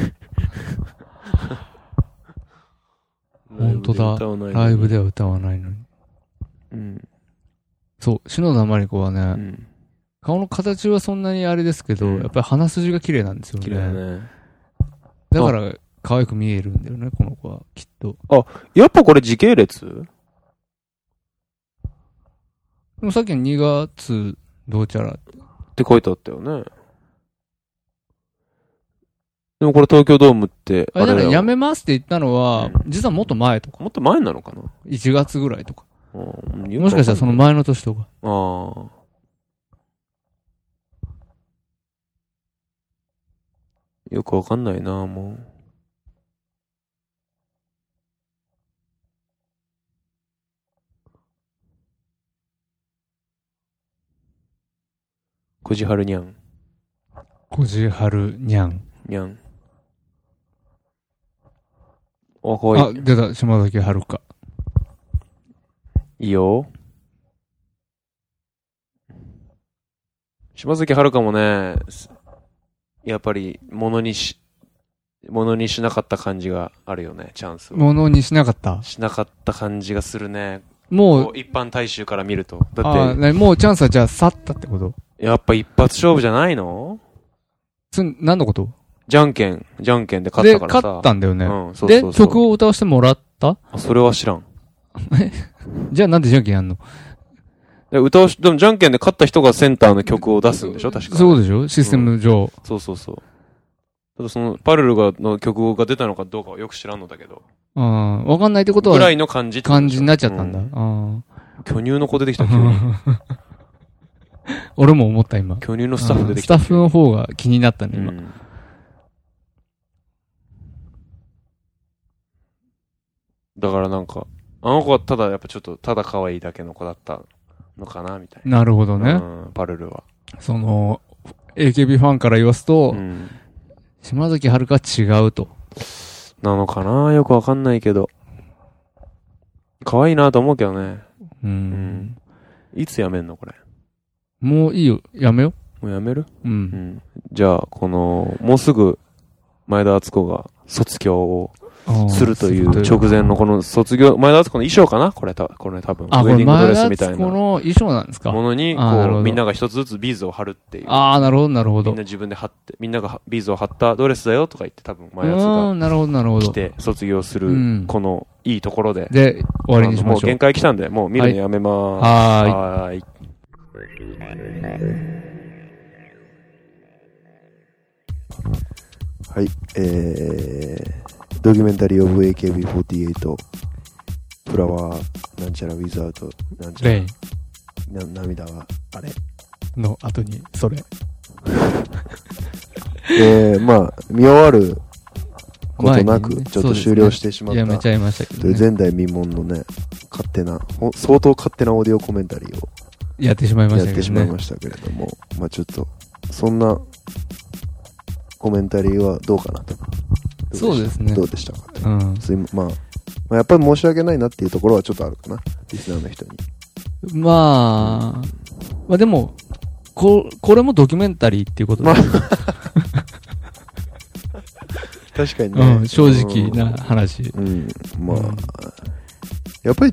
本当だ
ライブで歌わないのに
ライブでは歌わないのに。
うん。
そう、篠田麻里子はね、
うん。
顔の形はそんなにあれですけど、
うん
やっぱり鼻筋が綺麗なんですよね。
綺麗だね。
だから、可愛く見えるんだよね、この子は、きっと。
やっぱこれ時系列
でもさっきの2月、どうちゃら。
って書いてあったよね。でもこれ東京ドームって、
あれ、だからや
よ
めますって言ったのは、
う
実はもっと前とか。
もっと前なのかな
1月ぐらいとか。も
も
しかしたらその。前の年とか。
ああ。よくわかんないな、もう。くじはるにゃん。
こじはるにゃん。
にゃん。あ、かわいい
あ、。出た、島崎遥香。
いいよ。島崎遥香もね、すやっぱり、ものにし、ものにしなかった感じがあるよね、チャンスを。
ものにしなかった。
しなかった感じがするね。
も
こう
う、
一般大衆から見ると。だ
あ
っ
ー
て、
ねもうチャンスはじゃあ去ったってこと
やっぱ一発勝負じゃないの
つん何のこと
じゃんけん、じゃんけんで勝っ
で、
たからさ。
勝ったんだよね。
うん、そうそう
で
そう、
曲を歌わせてもらった
あそれは知らん。
じゃあなんでじゃんけんやんの
で歌わし、でもじゃんけんで勝った人がセンターの曲を出すんでしょ確か。
そうでしょシステム上。
そうそうそう。ただその、パルルが、の曲が出たのかどうかはよく知らんのだけど。
うん。わかんないってこと
ぐら
は、
いの感じってこと
感
でしょ
じになっちゃったんだ。
う
あ
巨乳の子出てきた、急に。
ー俺も思った今。
巨乳のスタッフ出てき
ス
た。
タッフの方が気になったね、
うん
今。
だからなんか、あの子はただやっぱちょっと、ただ可愛いだけの子だったのかな、みたい
なるほど
な。
ね。
うん、パルルは。
その、AKB ファンから言わすと、
うん
島崎遥香は違うと。
なのかなよくわかんないけど。可愛いなと思うけどね。
うん。
いつやめんのこれ。
もういいよ。やめよ
もうやめる
う。うん。
じゃあ、この、もうすぐ、前田敦子が卒業をするという直前のこの卒業、前田敦子の衣装かなこれた、これ多分。ウ
あ、こ
ェディ
れ
ングド
前
レス
田
みたい
敦子
なも
の衣装なんですか。
のに、
あーなる
こ
ほ
う、
ど
みんなが一つずつビーズを貼るっていう。
ああ、なるほど、なるほ
み
ど。
ん
う
な自分で貼って、みんながビーズを貼ったドレスだよとか言って多分前田敦
ー
子
ん、なるほど、なるほ
が
ど
来。て卒業す
う
る
ん、
この、いいところで。
で、終わりにしま
もう
しょう
限。界来たんで、もう見るのやめまーす。
はーい。
はーい。
はい。えー、ドキュメンタリー・オブ・ AKB48、フラワー、なんちゃら、ウィザード、なんちゃ
レ
ら
イン、
な涙は、あれ。
の後に、それ。
えー、まあ、見終わることな
前に
く、
ね
ちょっと終了してしまっ
やめ
た
ちゃいましたけ
と
ど
いう
ね。
前代未聞のね、勝手な、ほん相当勝手なオーディオコメンタリーを
やってしまいま
や
し
った
け
てし
ど
まい
ね
ま。したけれども、まあちょっと、そんなコメンタリーはどうかなと。
そうですね
どうでしたかと。
うん。
すいままあ、まあ、やっぱり申し訳ないなっていうところはちょっとあるかな。リスナーの人に。
まあ、まあでも、こ、これもドキュメンタリーっていうことで
まあ、確かにね。
うん、正直な話。
うん。うん、まあ、やっぱり、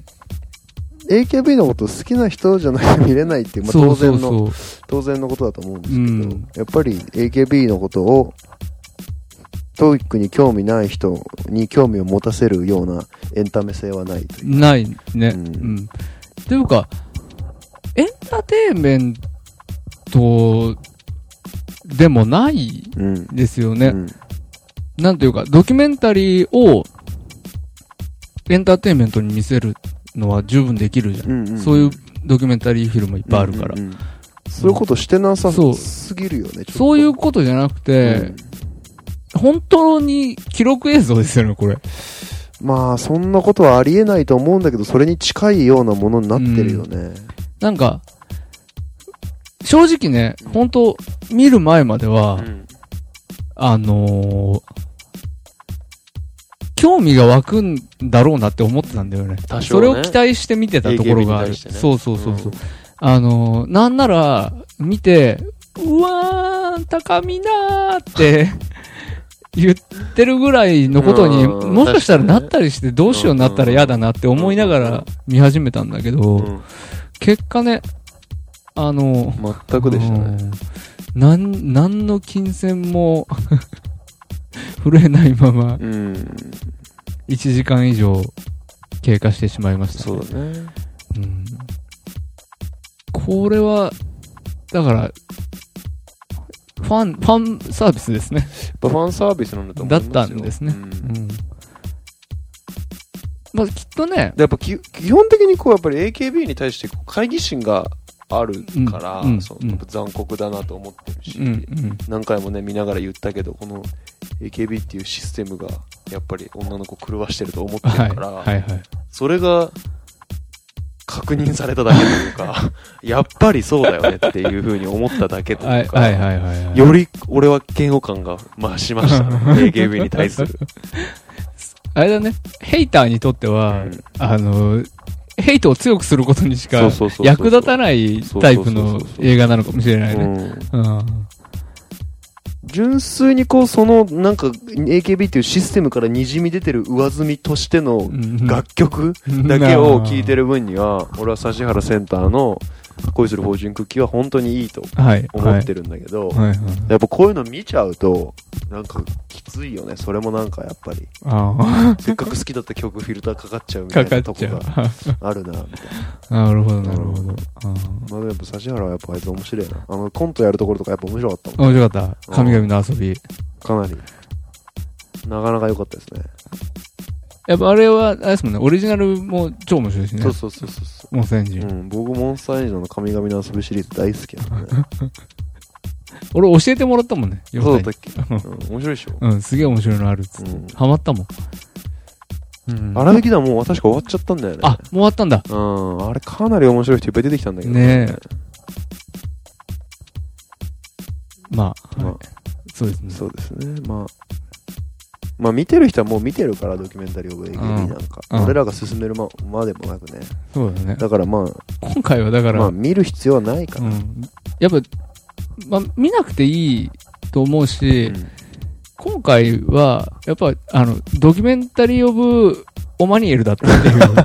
AKB のこと好きな人じゃないと見れないっていう、まあ、
そ
当
う
然
そ
の
うそう。
当然のことだと思うんですけど、
うん
やっぱり AKB のことを、トイックに興味ない人に興味を持たせるようなエンタメ性はないという。
ないね。う。
うんん
というか、エンターテインメントでもない
うん。
ですよ
う
ね。
ん。
なんというか、ドキュメンタリーをエンターテインメントに見せるのは十分できるじゃん。
うんうん
そういうドキュメンタリーフィルムいっぱいあるから。
うんうんそういうことしてなさ
そう
すぎるよね、ちょっと
そういうことじゃなくて、本当に記録映像ですよね、これ。
まあ、そんなことはありえないと思うんだけど、それに近いようなものになってるよね。
なんか、正直ね、本当見る前までは、
うん
あのー、興味が湧くんだろうなって思ってたんだよね。
多少
そ
ね
れを期待して見てたところがあ
AKB に
る。
対してね
そうそうそうそう、あのー、なんなら、見て、うわーん、高見なーって 言ってるぐらいのことに、
うん
もしかしたら
確か
な
にね
ったりして、どうしようになったら嫌だなって思いながら見始めたんだけ
う
ど、
ん
結果ね、あのー、
全くでしたね。
うん。なん、なんの金銭も、 震えないま
う
ま、
ん。
1時間以上、経過してしまいました、
そうだね。
うん。これは、だから、ファン、ファンサービスですね。
ファンサービスなんだと思いますよ
だったんですね
うん
うん。まあ、きっとね、
でやっぱき基本的にこうやっぱり AKB に対してこう懐疑心があるから、
うんうん
そう
うん
残酷だなと思ってるし、
うん、うん。
何回もね見ながら言ったけどこの AKB っていうシステムがやっぱり女の子狂わしてると思ってる
は
か
い、
ら、
はい、はい。
それが確認されただけという かやっぱりそうだよねっていうふうに思っただけと
はいい、
うか、
はい、はいはいはい。
より俺は嫌悪感が増しましたね、AKB に対する。
あれだね、ヘイターにとっては、
うん
あの、ヘイトを強くすることにし
そ
か
うそうそうそう
役立たないタイプの映画なのかもしれないね。
うん
うん
純粋にこう、その、なんか、AKB っていうシステムから滲み出てる上積みとしての
楽
楽曲だけを聴いてる分には、俺は指原センターの恋する法人クッキーは本当にいいと
はい。
思って
る。
るんだけど、
はいはい。
やっぱこういうの見ちゃうと、なんかきついよね。それもなんかやっぱり、
あ
せっかく好きだった曲フィルターかかっちゃうみ
あ、
た
か
いな
かっ
とこ
ちゃう
が。あるな、みたいな。
なるほど、なるほど。あ
まあでもやっぱ指原はやっぱあいつ面白いな。あの、コントやるところとかやっぱ面白かった
ー
もん。
面白かった。神々の遊び。
かなり。なかなか良かったですね。
やっぱあれは、あれですもんね、オリジナルも超面白いしね
そう。そうそうそうそ
モンスターエンジ
う。
ン。
うん、僕、モンスターエンジンの神々の遊びシリーズ大好きなのね。
俺教えてもらったもんね。
そうだった
よ
っけ、うん、面白いでしょ、
うん、すげえ面白いのあるっつっ
うん
て。ハマったもん。うん
荒引きだもう確か終わっちゃったんだよね。
あ、もう終わったんだ。
うん、あれかなり面白い人いっぱい出てきたんだけど
ねえ。まあ、
まあ
はいそうですね。
そうですね。まあ。まあ見てる人はもう見てるから、ドキュメンタリーオブ AKB なんか。
うんうん
俺らが進めるままでもなくね。
そうだね。
だからま
今回はだか
あ、
ら、
まあ見る必要はないか
う
ら。
ん。やっぱ、まあ、見なくていいと思うし、
うん
今回は、やっぱ、あの、ドキュメンタリー・オブ・オマニエルだったっていう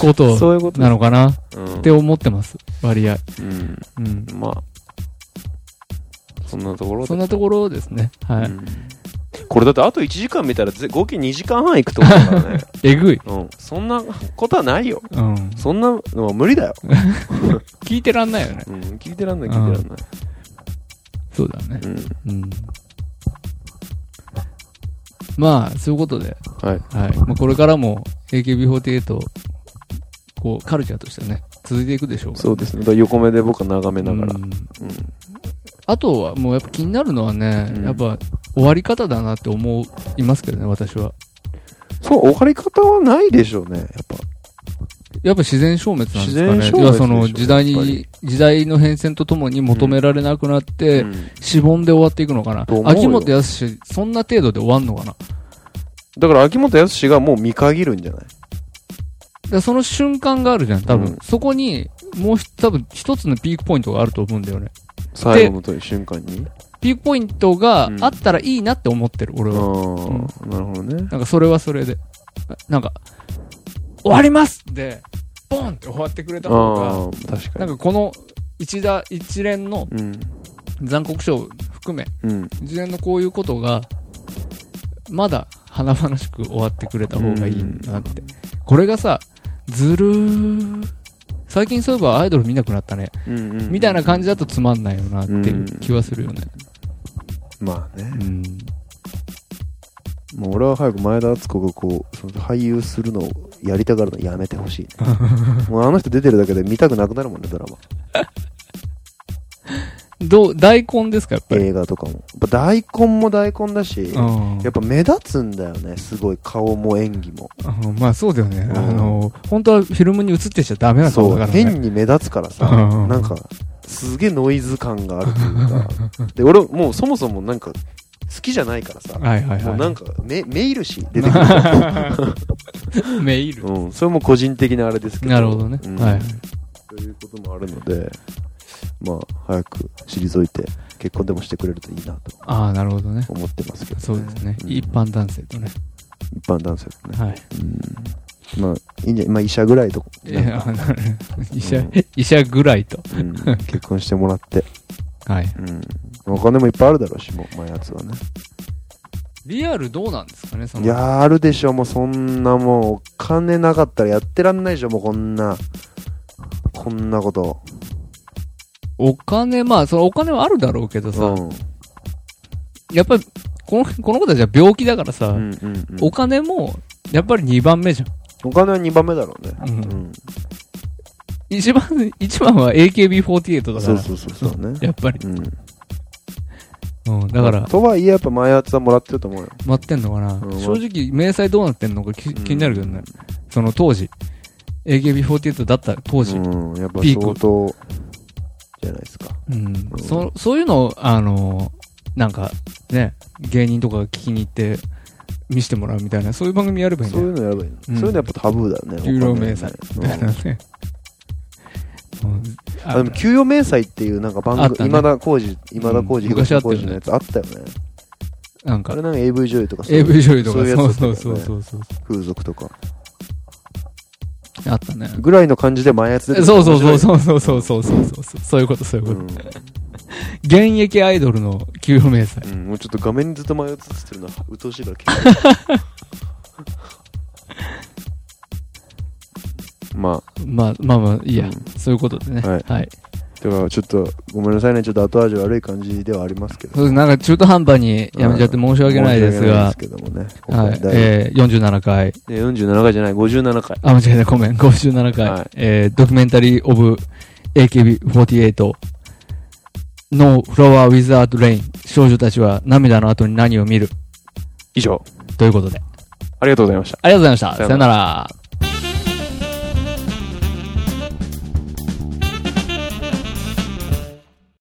こと
そういうこと
なのかなっ
うん
て思ってます、割合。
うん。
うん。
まあ、そんなところで
そんなところですね。はい。
うんこれだってあと1時間見たらぜ合計2時間半いくと思うからね。
えぐい。
うん。そんなことはないよ。
うん。
そんなのは無理だよ。
聞いてらんないよね。
うん。聞いてらんない、聞いてらんない。
そうだね。
うん。
うん。まあ、そういうことで、
はい。
はい。まあ、これからも AKB48、こう、カルチャーとしてね、続いていくでしょうから、
そうですね。だから横目で僕は眺めながら
う。ん
うん。
あとは、もうやっぱ気になるのはね、
うん
やっぱ終わり方だなって思いますけどね、私は。
そう、お借り方はないでしょうね、やっぱ。
やっぱ自然消滅なんですかね。
自然消滅でしょ
要はその時代
やっぱ
に
り、
時代の変遷とともに求められなくなって、
うん
しぼんで終わっていくのかな
と。思うよ
秋元康、そんな程度で終わんのかな。だか
だから秋元康がもう見限るんじゃない
らその瞬間があるじゃん、多分。
うん
そこに、もうひ多分一つのピークポイントがあると思うんだよね。
最後のと瞬間に。
ピークポイントが
うん
あったらいいなって思ってる、俺
ああ
は。
ー、なるほどね。
なんかそれはそれで。なんか、終わりますで、ボンって終わってくれた方
ああ、確
が、
か
なん
に。
かこの一打一連の
うん。
残酷賞含め、
うん。
一連のこういうことが、まだ華々しく終わってくれた方がいいなって。これがさ、ずるー。最近そういえばアイドル見なくなったね。
うんうん
みたいな感じだとつまんないよなっていう気はするよね。
まあね
う。ん。
もう俺は早く前田敦子がこう、その俳優するのをやりたがるのやめてほしい、ね。 もうあの人出てるだけで見たくなくなるもんね、ドラマ。
どう、大根ですか、やっぱり。
映画とかも。やっぱ大根も大根だし、
うん
やっぱ目立つんだよね、すごい。顔も演技も。
あのまあそうだよね。
ん
あの、本当はフィルムに映ってちゃダメなこ
そ
と
う、
だからね。
変に目立つからさ、
うん
なんか、すげえノイズ感があるという か、で、俺、もうそもそもなんか、好きじゃないからさ、
はいはい
も
は
う
い。
なんか、め、めいるし、出てくるじゃん
メール。
うん、それも個人的なあれですけど。
なるほどね
うん。
はい。
ということもあるので、まあ、早く退いて、結婚でもしてくれるといいなと
ああ、なるほどね。
思ってますけど、
そうですね。
うん
一般男性とね。
一般男性とね。
はい。
うんまあ、いいんじゃまあ、医者ぐらいと、
いや あの医
う
者
ん、
医者ぐらいと。
うん、結婚してもらって、
はい。
うん。お金もいっぱいあるだろうし、もう、まあ、やつはね。
リアルどうなんですかね、その。
いやーあるでしょ、もうそんなもう、お金なかったらやってらんないでしょ、もうこんな、こんなこと。
お金、まあ、そのお金はあるだろうけど
う
さ、
ん。
やっぱり、この、この子たちは病気だから
う
さ、
んうんうん
お金も、やっぱり2番目じゃん。
お金は2番目だろうね。
うん
うん。
一番、一番は AKB48 だか
そう
ら、
そうそうそうね。
やっぱり。
うん。
うん、だから、
とはいえ、やっぱ前圧はもらってると思うよ。
待ってんのかな、
うん
正直、明細どうなってんのか気,、
ん
気になるけどね。その当時。AKB48 だった当時。
うん。やっぱ
ピーク
相当、じゃないですか。
うん。そ、そういうのを、あの、なんか、ね、芸人とかが聞きに行って、見せてもらうみたいな、そういう番組やればいいん
そ
だ
うい
よ。
うのやればいいの。
うん
そういうのやっぱタブーだよね。
有料
お金はね
明細みたいなね。
あでも給与明細っていうなんか
あ
番
った
組、
ね
今田耕司、今田耕
う
司、
ん昔
東
あ
田
った
耕
よね
司のやつあったよね。
なん
あ
か
れ、なんか AV 女優とかそういう
AV 女優と
そう
か、
いうやつ
そ
だ
う
った
そ
よ
う
ね
そうそうそう。
風俗とか。
あったね。
ぐらいの感じで前やつ出てくる
そうそうそうそうそうそうそうそうそう。そういうこと、そういうこ
う
と。
ん
現役アイドルの給与明細。
うん、もうちょっと画面にずっと前映ってるな。うとうしいから気に ま
まあまあまあ、いいや、
うん
そういうことでね。は
はいい。あ、ではちょっとごめんなさいね。ちょっと後味悪い感じではありますけど。
そうです。なんか中途半端にやめちゃって申し訳ないですが、
申し訳ないですけどもね。今
はい。
回第
えー、47回。
で47回じゃない、57回。
あ、間違えた、ごめん。57回。
はい
えー、ドキュメンタリー・オブ・ AKB48。No Flower Without Rain。少女たちは涙の後に何を見る。
以上、
ということで。
ありがとうございました。
ありがとうございました。
さよなら
さよなら。